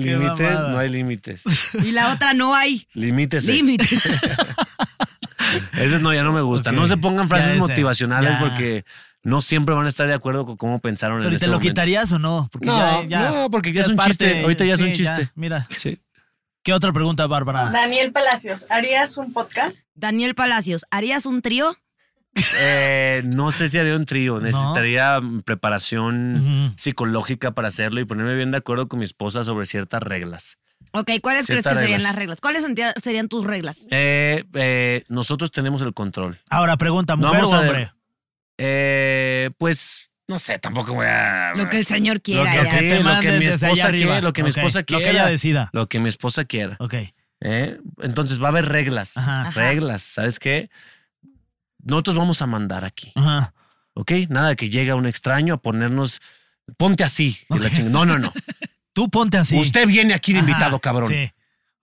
Qué límites, mamada. no hay límites. Y la otra no hay Límites. límites. Esas no, ya no me gustan. Ok. No se pongan Ya frases ese. motivacionales Ya. porque no siempre van a estar de acuerdo con cómo pensaron en ¿Pero y ese te lo momento. quitarías o no? Porque No, no, porque ya es un chiste. Ahorita ya es un chiste. mira. Sí. ¿Qué otra pregunta, Bárbara? Daniel Palacios, ¿harías un podcast? Daniel Palacios, ¿harías un trío? Eh, no sé si haría un trío. Necesitaría preparación Ujú. psicológica para hacerlo y ponerme bien de acuerdo con mi esposa sobre ciertas reglas. Ok, ¿cuáles crees que Ciertas serían reglas. las reglas? ¿Cuáles senti- serían tus reglas? Eh, eh, nosotros tenemos el control. Ahora, pregunta, No, mujer o vamos a ver. hombre. Eh, pues no sé, tampoco voy a. Lo que el señor quiera. que ya. sea. Sí, te lo manden que mi desde allá esposa arriba. quiere, lo que mi Ok, esposa Lo que quiera. ella decida. Lo que mi esposa quiera. Ok. ¿eh? Entonces va a haber reglas. Ajá. Reglas, ¿sabes qué? Nosotros vamos a mandar aquí, Ajá. ¿ok? Nada de que llegue un extraño a ponernos, ponte así. y la Ok. chingada. No, no, no. Tú ponte así. Usted viene aquí de Ajá, invitado, cabrón. sí.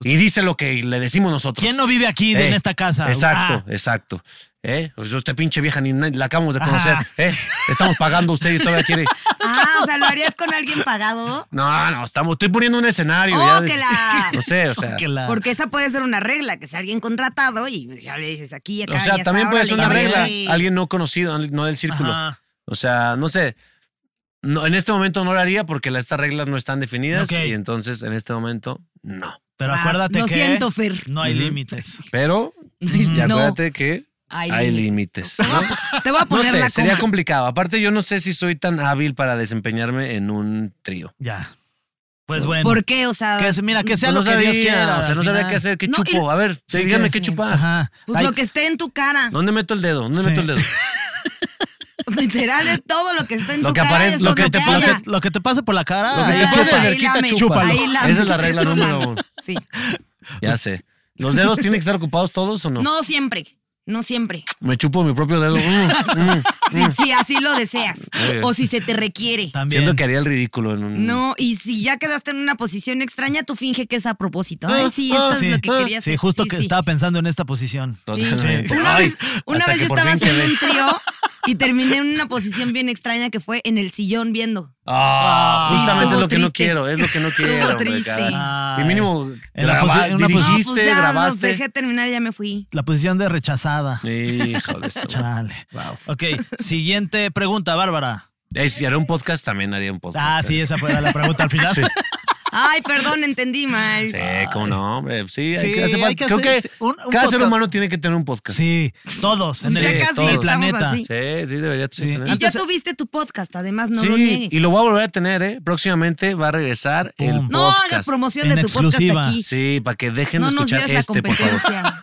Y dice lo que le decimos nosotros. ¿Quién no vive aquí de- Eh, en esta casa? Exacto, Ah, exacto. ¿Eh? Pues usted pinche vieja, ni na- la acabamos de conocer. Ajá. ¿eh? Estamos pagando a usted y todavía quiere... Ah, o sea, ¿lo harías con alguien pagado? No, no, estamos, estoy poniendo un escenario. Oh, ya- que la- No sé, o sea... Oh, que la- Porque esa puede ser una regla, que sea alguien contratado y pues, ya le dices aquí, acá. O sea, y también hasta puede ahora, ser una le llamas regla. así. Alguien no conocido, no del círculo. Ajá. O sea, no sé. No, en este momento no lo haría porque la- estas reglas no están definidas Ok. y entonces en este momento no. Pero Más. acuérdate Lo que siento, Fer. no hay Ujú. límites. Pero y No. acuérdate que Hay hay, límites. Te voy ¿no? a- Te voy a No poner la sé, sería coma. complicado. Aparte, yo no sé si soy tan hábil para desempeñarme en un trío. Ya. Pues bueno. ¿Por qué? O sea, Que, se- mira, que sea no lo que Dios quiera. O sea, al no sabría final. qué hacer, qué No, y- chupo. A ver, Sí, dígame que- qué sí. chupar. Ajá. pues Ay, lo que esté en tu cara. ¿Dónde meto el dedo? ¿Dónde meto Sí. el dedo? Literal es todo lo que está en Lo tu que cara. aparece- eso lo es que te pase- haya. lo que te pase por la cara. Lo que ahí te la pase chupas. cerca. cerquita, lames, chúpalo. ahí lames, Esa es la regla eso número lames. uno. Sí. Ya sé. ¿Los dedos tienen que estar ocupados todos o no? No siempre, no siempre. Me chupo mi propio dedo. Mm, mm. Si así lo deseas Muy bien. o si se te requiere. También. Siento que haría el ridículo en un. No, y si ya quedaste en una posición extraña, tú finge que es a propósito. Ay, sí, Ah, esto sí. es lo que querías. Sí, justo que estaba pensando en esta posición. Totalmente. Una Ay, vez, una hasta vez que yo por estaba fin haciendo quedé. un trío y terminé en una posición bien extraña que fue en el sillón viendo. Ah, Sí, justamente es estuvo lo que no triste. quiero, es lo que no quiero. hombre, triste. cara. Ay. Y mínimo, En la graba- posi- en una No, dirigiste, pues ya los grabaste. dejé terminar y ya me fui. La posición de rechazada. Hijo de su- Chale. Ok, siguiente pregunta, Bárbara. Eh, Si haré un podcast, también haría un podcast. ¿eh? Ah, sí, esa fue la pregunta al final. Sí, Ay, perdón, entendí mal. sí, cómo no, hombre. Sí, Sí, hay que, hace falta- hay que Creo hacer- que sí, un- un cada ser podcast. humano tiene que tener un podcast. Sí, Sí, todos en Ya el, casi todo el estamos planeta. así. sí, debería Sí. tener. Y ya Antes- tuviste tu podcast, además no e Sí, lo niegues. y lo voy a volver a tener, ¿eh? Próximamente va a regresar el Pum. podcast. no hagas promoción En de tu exclusiva. podcast aquí. Sí, para que dejen no de nos escuchar lleves la este, por favor. competencia.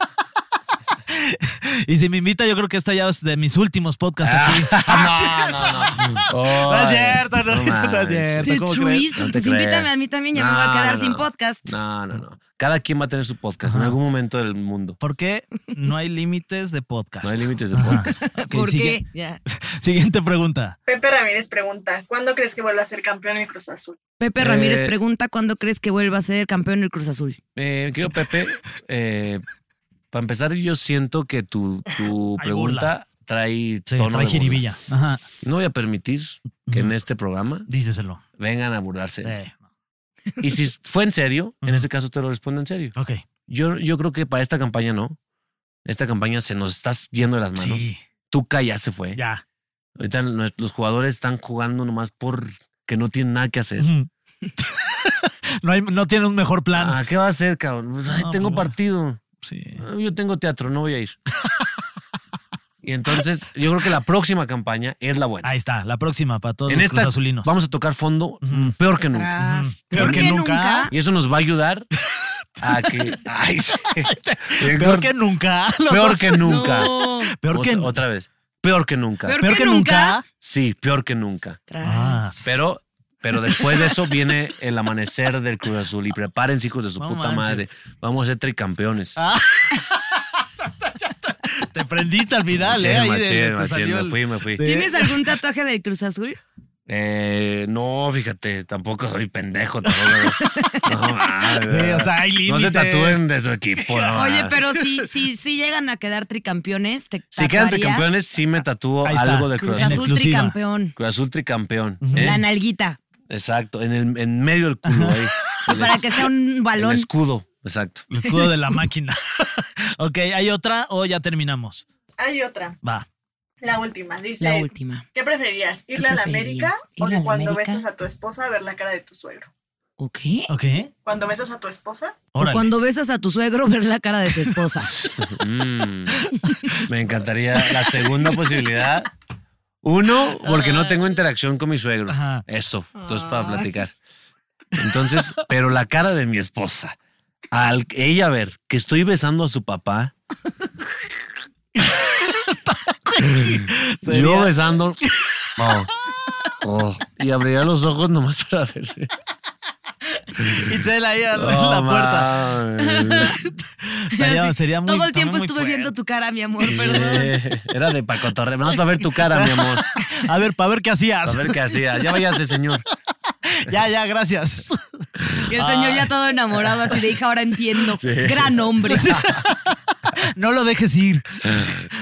Y si me invita, yo creo que esta ya es de mis últimos podcasts aquí. Ah, no, no, no. No es cierto, no, es cierto, no es mames. cierto. Sí, ¿cómo Chuis, crees? No te pues creas. invítame a mí también, ya me voy a No, quedar no, sin no. podcast. No, no, no. Cada quien va a tener su podcast en Ajá. algún momento del mundo. ¿Por qué no hay límites de podcast? No hay límites de Ajá. podcast. Ok, ¿Por qué? sigue- Ya. Siguiente pregunta. Pepe Ramírez pregunta, ¿cuándo crees que vuelva a ser campeón el Cruz Azul? Pepe Eh, Ramírez pregunta cuándo crees que vuelva a ser campeón el Cruz Azul. Eh, querido Pepe, eh, para empezar, yo siento que tu, tu Hay burla. pregunta trae Sí, tono Ray de burla. Jiribilla. Ajá, No voy a permitir que en Ujú. este programa díceselo. vengan a burlarse. Eh, Y si fue en serio, en Ujú. este caso te lo respondo en serio. ok. Yo, yo creo que para esta campaña no. Esta campaña se nos está yendo de las manos. Sí, Tuca ya se fue. ya. Ahorita los los jugadores están jugando nomás porque no tienen nada que hacer. Ujú. no, hay, no tiene un mejor plan. Ah, ¿qué va a hacer, cabrón? Pues, ay, No, tengo pues, partido. Sí. Ah, Yo tengo teatro, no voy a ir. y entonces, yo creo que la próxima campaña es la buena. Ahí está, la próxima para todos en los esta cruzazulinos. vamos a tocar fondo Ujú. peor que nunca. Tras- Peor que nunca. Y eso nos va a ayudar a que. Ay, sí. Bien Peor cort- que nunca. Los Peor dos. que nunca. No. Peor que Ot- Otra vez. Peor que nunca. Peor- peor que que nunca. Sí, peor que nunca. Tras. Ah, Pero, pero después de eso viene el amanecer del Cruz Azul. Y prepárense, hijos de su No puta manches. madre. Vamos a ser tricampeones. te prendiste al final, Machín, ¿eh? Ahí de- machín, te machín, salió el- me fui, me fui. Sí. ¿Tienes algún tatuaje del Cruz Azul? Eh, no, fíjate, tampoco soy pendejo. tampoco. No, madre. Sí, o sea, hay no se límites. tatúen de su equipo. no, Ah. Oye, madre. pero si, si, si llegan a quedar tricampeones, te Si quedan tatuarías tricampeones, sí me tatúo Ahí está, algo del Cruz Cruz En Azul. Azul exclusiva. tricampeón. Cruz Azul tricampeón. ¿eh? La nalguita. Exacto, en, el, en medio del culo ahí. Sí, El para es- que sea un el balón. escudo, exacto. El escudo de la máquina. ok, ¿hay otra o ya terminamos? Hay otra, Va. la última. Dice, La última. ¿qué preferías? ¿Irle a la América preferirías? o ¿Ir a que la cuando América? besas a tu esposa ver la cara de tu suegro? ¿O qué? Ok. Cuando besas a tu esposa, O Órale. cuando besas a tu suegro, ver la cara de tu esposa. Mm. me encantaría la segunda posibilidad. Uno, porque no tengo interacción con mi suegro. Ajá. Eso, entonces para platicar. Entonces, pero la cara de mi esposa, al ella ver que estoy besando a su papá, yo besando, no. Oh, y abriría los ojos nomás para ver. Itzel ahí a la, No la puerta. mames. Estaría- Así, sería muy- Todo el estaría tiempo muy estuve fuerte. viendo tu cara, mi amor, perdón. Eh, Era de pacotorre, nomás para ver tu cara, mi amor. A ver, para ver qué hacías. A ver qué hacía. Ya váyase, señor. Ya, ya, gracias. Y el señor Ah. ya todo enamorado, así de hija, ahora entiendo. Gran hombre. No lo dejes ir.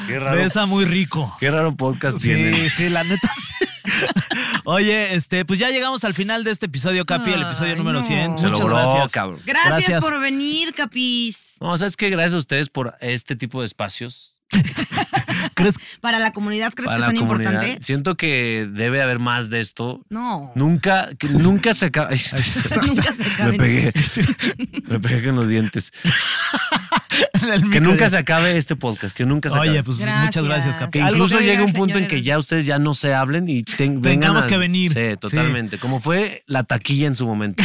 Qué Besa muy rico. Qué raro podcast Sí, tiene. sí, la neta. sí. Oye, este, pues ya llegamos al final de este episodio, Capi, el episodio Ay, número no. 100. Se Muchas logró, gracias. cabrón. Gracias, Gracias. por venir, Capis. No, ¿sabes qué? Gracias a ustedes por este tipo de espacios. ¿Crees- Para la comunidad, ¿crees para que la son comunidad. importantes? Siento que debe haber más de esto. No. Nunca, que nunca se acaba. Ay, Nunca se Me acaben. pegué. Me pegué con los dientes. el Que micro nunca de- se acabe este podcast. Que nunca se Oye, acabe. pues Gracias. muchas gracias, que Capi. algo incluso que llega diga el un punto en señor que era- ya ustedes ya no se hablen y ten- vengan Tengamos a- que venir. Sí, totalmente. Como fue la taquilla en su momento.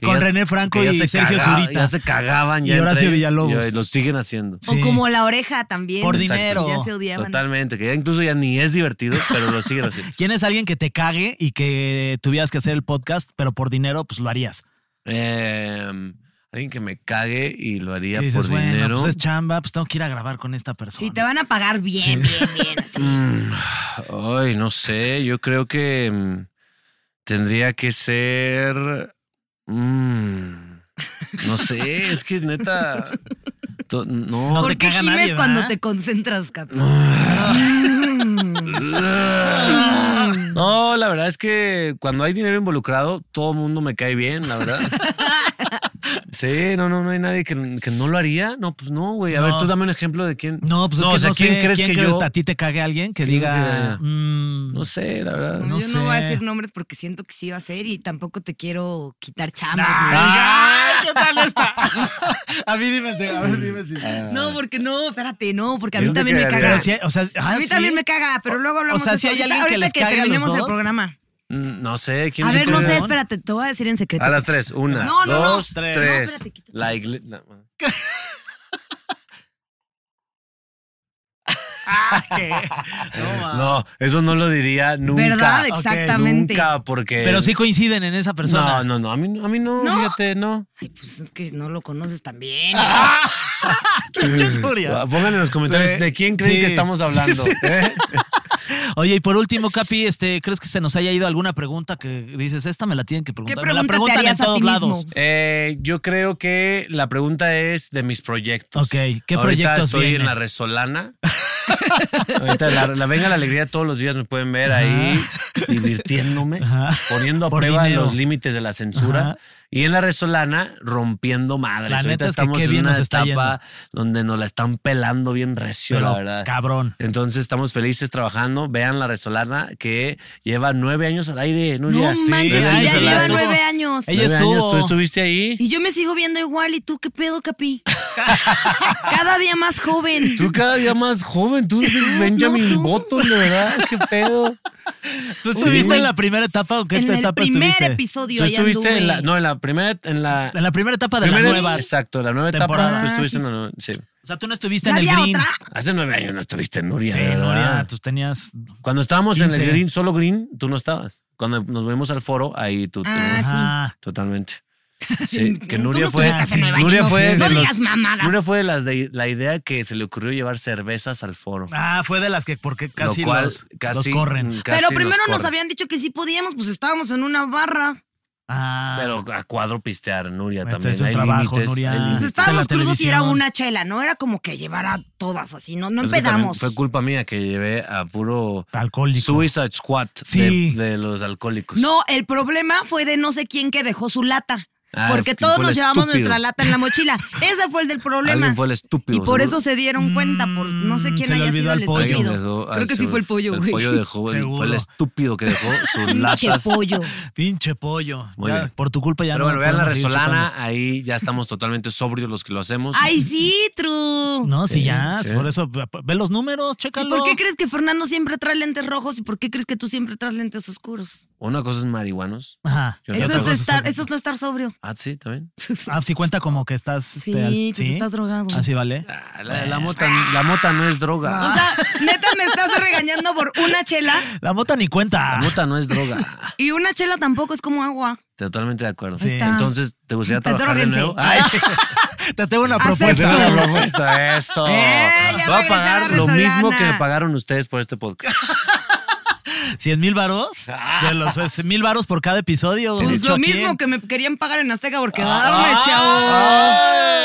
Que Con ya- René Franco que ya y se Sergio cagaba- Zurita. Ya se cagaban. Y ya entre Horacio ellos, Villalobos. y lo siguen haciendo. Sí. O como la oreja también. Por Exacto. dinero. Ya se odiaban. Totalmente. Que ya incluso ya ni es divertido, pero lo siguen haciendo. ¿Quién es alguien que te cague y que tuvieras que hacer el podcast, pero por dinero, pues lo harías? Eh, alguien que me cague y lo haría Sí, dices, por bueno, dinero. pues es chamba, pues tengo que ir a grabar con esta persona. Sí, te van a pagar bien, bien, bien. así. Mm, Ay, no sé. Yo creo que mm, tendría que ser. mm, no sé, es que neta. to- no. No ¿Por te qué caga gimes nadie, cuando ¿verdad? te concentras, Capi? No, la verdad es que cuando hay dinero involucrado, todo el mundo me cae bien, la verdad. Sí, no, no, no hay nadie que, que no lo haría. No, pues no, güey. A No. ver, tú dame un ejemplo de quién. No, pues es que o sea, no ¿quién sé, crees que yo? a ti te cague alguien que ¿Quién diga... que- mm, No sé, la verdad. No Yo no voy a sé. decir nombres porque siento que sí va a ser y tampoco te quiero quitar chambas. ¡Ay, qué tal está! a mí dime, a ver, dime si... ni nada. No, porque no, espérate, no, porque a Yo mí no te también me quedaría. caga. Pero sí, o sea, ah, A mí sí. también me caga, pero luego hablamos o sea, de si eso. hay ahorita, alguien que ahorita les cague a los terminemos el dos. programa. Mm, No sé, ¿quién A yo ver, no creo? sé, espérate, te voy a decir en secreto. A las tres. Una, No, no, no. dos, No, tres. espérate, quítate la eso. iglesia. Ah, ¿qué? No, ah. ma. No, eso no lo diría nunca. ¿Verdad? Ok, Exactamente. Nunca, porque. Pero sí coinciden en esa persona. No, no, no. A mí, no- a mí no, ¿No? Fíjate, no. Ay, pues es que no lo conoces tan bien. Ah, Pinche Julia. Pongan en los comentarios Eh, de quién creen sí. que estamos hablando. ¿eh? Oye, y por último, Capi, este, ¿crees que se nos haya ido alguna pregunta que dices, esta me la tienen que preguntar? me la pregunta preguntan te harías en a todos ti mismo? lados. Eh, yo creo que la pregunta es de mis proyectos. Ok, ¿qué Ahorita proyectos estoy vienen? en la Resolana. Ahorita la, la Venga la Alegría todos los días me pueden ver ahí divirtiéndome, Ajá. poniendo a Por prueba dinero. los límites de la censura. Ajá. Y en la Resolana rompiendo madres. La neta Ahorita es que estamos qué bien en una nos está etapa donde nos la están pelando bien recio, la Pero, verdad. cabrón. Entonces estamos felices trabajando. Vean la Resolana que lleva nueve años al aire. Nuria. No manches, nueve que ya años al lleva aire. nueve años. Ella Nueve estuvo. años. ¿Tú estuviste ahí? Y yo me sigo viendo igual. ¿Y tú qué pedo, Capi? Cada día más joven. Tú cada día más joven, tú eres Benjamin tú. Button, de verdad, qué pedo. ¿Tú estuviste en la primera etapa o qué en el etapa primer estuviste? episodio Tú ahí estuviste en anduve. la, no, en la primera, en la, En la primera etapa de primera- las nuevas. Exacto, la nueva temporada. etapa. Tú Ah, estuviste sí, en la, sí. O sea, tú no estuviste ¿Ya en el había green. otra? Hace nueve años no estuviste en Nuria. Sí, ¿verdad? Nuria, tú tenías. Cuando estábamos en 15. el green, solo green, tú no estabas. Cuando nos vemos al foro, ahí tú. tú- Ah, sí. Ah, Totalmente. Sí, que Tú Nuria no fue. estuviste hace nueve años, Nuria no. fue. No de digas los- mamadas. Nuria fue de las de la idea que se le ocurrió llevar cervezas al foro. ah, fue de las que porque casi, lo cual los, casi- mm. los corren. casi Pero nos primero nos corren. habían dicho que sí podíamos, pues estábamos en una barra. Ah, Pero a cuadro pistear, Nuria Ese también. es un hay trabajo, límites, Nuria. hay Ah, Pues límites. está en la estábamos crudos y era televisión. una chela, no era como que llevara todas así, no, no Es que también empedamos. Pues Fue culpa mía que llevé a puro alcohólico. Suicide Squad de- Sí. de, los alcohólicos. No, el problema fue de no sé quién que dejó su lata. Ah, Porque fue- todos fue nos el llevamos estúpido. nuestra lata en la mochila. Ese fue el del problema. Alguien fue el estúpido. Y por seguro. eso se dieron cuenta, por no sé Mm, quién se le haya olvidó sido al el pollo. Alguien estúpido. dejó- ah, Creo que sí seguro. fue el pollo, güey. El pollo dejó, el- fue Seguro. el estúpido que dejó sus Pinche latas. pollo. Pinche pollo. Muy Ya, bien. por tu culpa ya Pero no. bueno, vean la podemos seguir resolana, ahí ya estamos totalmente sobrios los que lo hacemos. Ay, sí, Tru. chupando. No, sí, Sí, ya. sí. Por eso, ve los números, Sí, chécalo. ¿Por qué crees que Fernando siempre trae lentes rojos y por qué crees que tú siempre traes lentes oscuros? Una cosa es marihuanos. Ajá. Yo Eso otra es, cosa estar, eso es no estar sobrio. Ah, sí, también. Ah, sí cuenta como que estás. Sí, este, al- pues estás drogado. Ah, sí, vale. Ah, La, la mota, la mota no es droga. O sea, neta me estás regañando por una chela La mota ni cuenta. La mota no es droga. y una chela tampoco es como agua. Totalmente de acuerdo. Sí. está. Entonces, ¿te gustaría Te trabajar de droguen, nuevo? sí. Ay, sí. Te tengo una Acepto. Pues propuesta. tengo una propuesta, eso. Eh, Voy ya Oh, a regresé a la pagar lo mismo resolana. que me pagaron ustedes por este podcast. 100 mil varos. De los es mil varos por cada episodio. Pues dicho lo aquí. mismo que me querían pagar en Azteca por Ah, quedarme, Ay. chavo.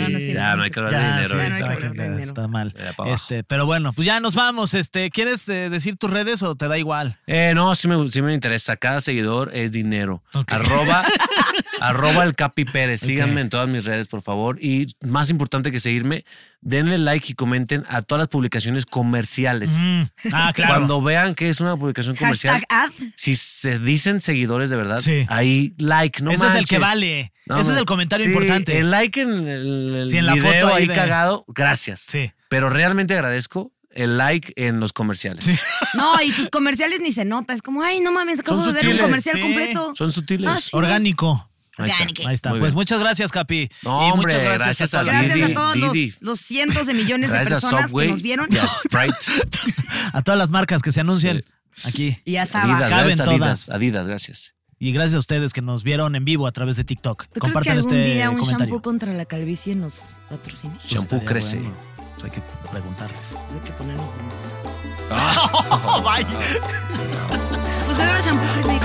No, no es cierto, ya, no no es hay que cierto. hablar Ya, de sí, dinero. Ya, no hay ahorita. está, que hablar de está- dinero. está mal. Ya, pa' abajo. Este, pero bueno, pues ya nos vamos. Este, ¿quieres eh, decir tus redes o te da igual? Eh, no, sí me, sí me interesa. Cada seguidor es dinero. Ok. Arroba, arroba el Capi Pérez. Síganme en todas mis redes, por favor. Y más importante que seguirme, denle like y comenten a todas las publicaciones comerciales. Mm. Ah, claro. Cuando vean que es una publicación comercial, Hashtag ah. ad. si se dicen seguidores de verdad, Sí. ahí like, no Ese es el manches. que vale. No, Ese es man- el comentario Sí, importante. El like en el, el Sí, en la video foto ahí ahí, de- cagado, gracias. Sí. Pero realmente agradezco el like en los comerciales. No, y tus comerciales ni se nota. Es como, ay, no mames, acabo Son de ver sutiles, un comercial sí. completo. Son sutiles. Ah, sí. Orgánico. Ahí está. Orgánico. Ahí está. Muy pues bien. muchas gracias, Capi. No, y hombre, muchas gracias, gracias a a toda la Gracias Didi, a gente, todos los, Didi. los cientos de millones de Gracias a personas que Subway nos vieron. y a Sprite. a todas las marcas que se anuncian aquí. Y a Saba. Adidas, Caben gracias, todas. Adidas, Adidas, gracias. Y gracias a ustedes que nos vieron en vivo a través de TikTok. ¿Tú crees que Compartan algún este día un comentario. shampoo contra la calvicie nos patrocine? Pues Shampoo estaría crece. bueno. Pues hay que preguntarles. Pues hay que ponernos. Oh, bye. Pues ahora shampoo crece.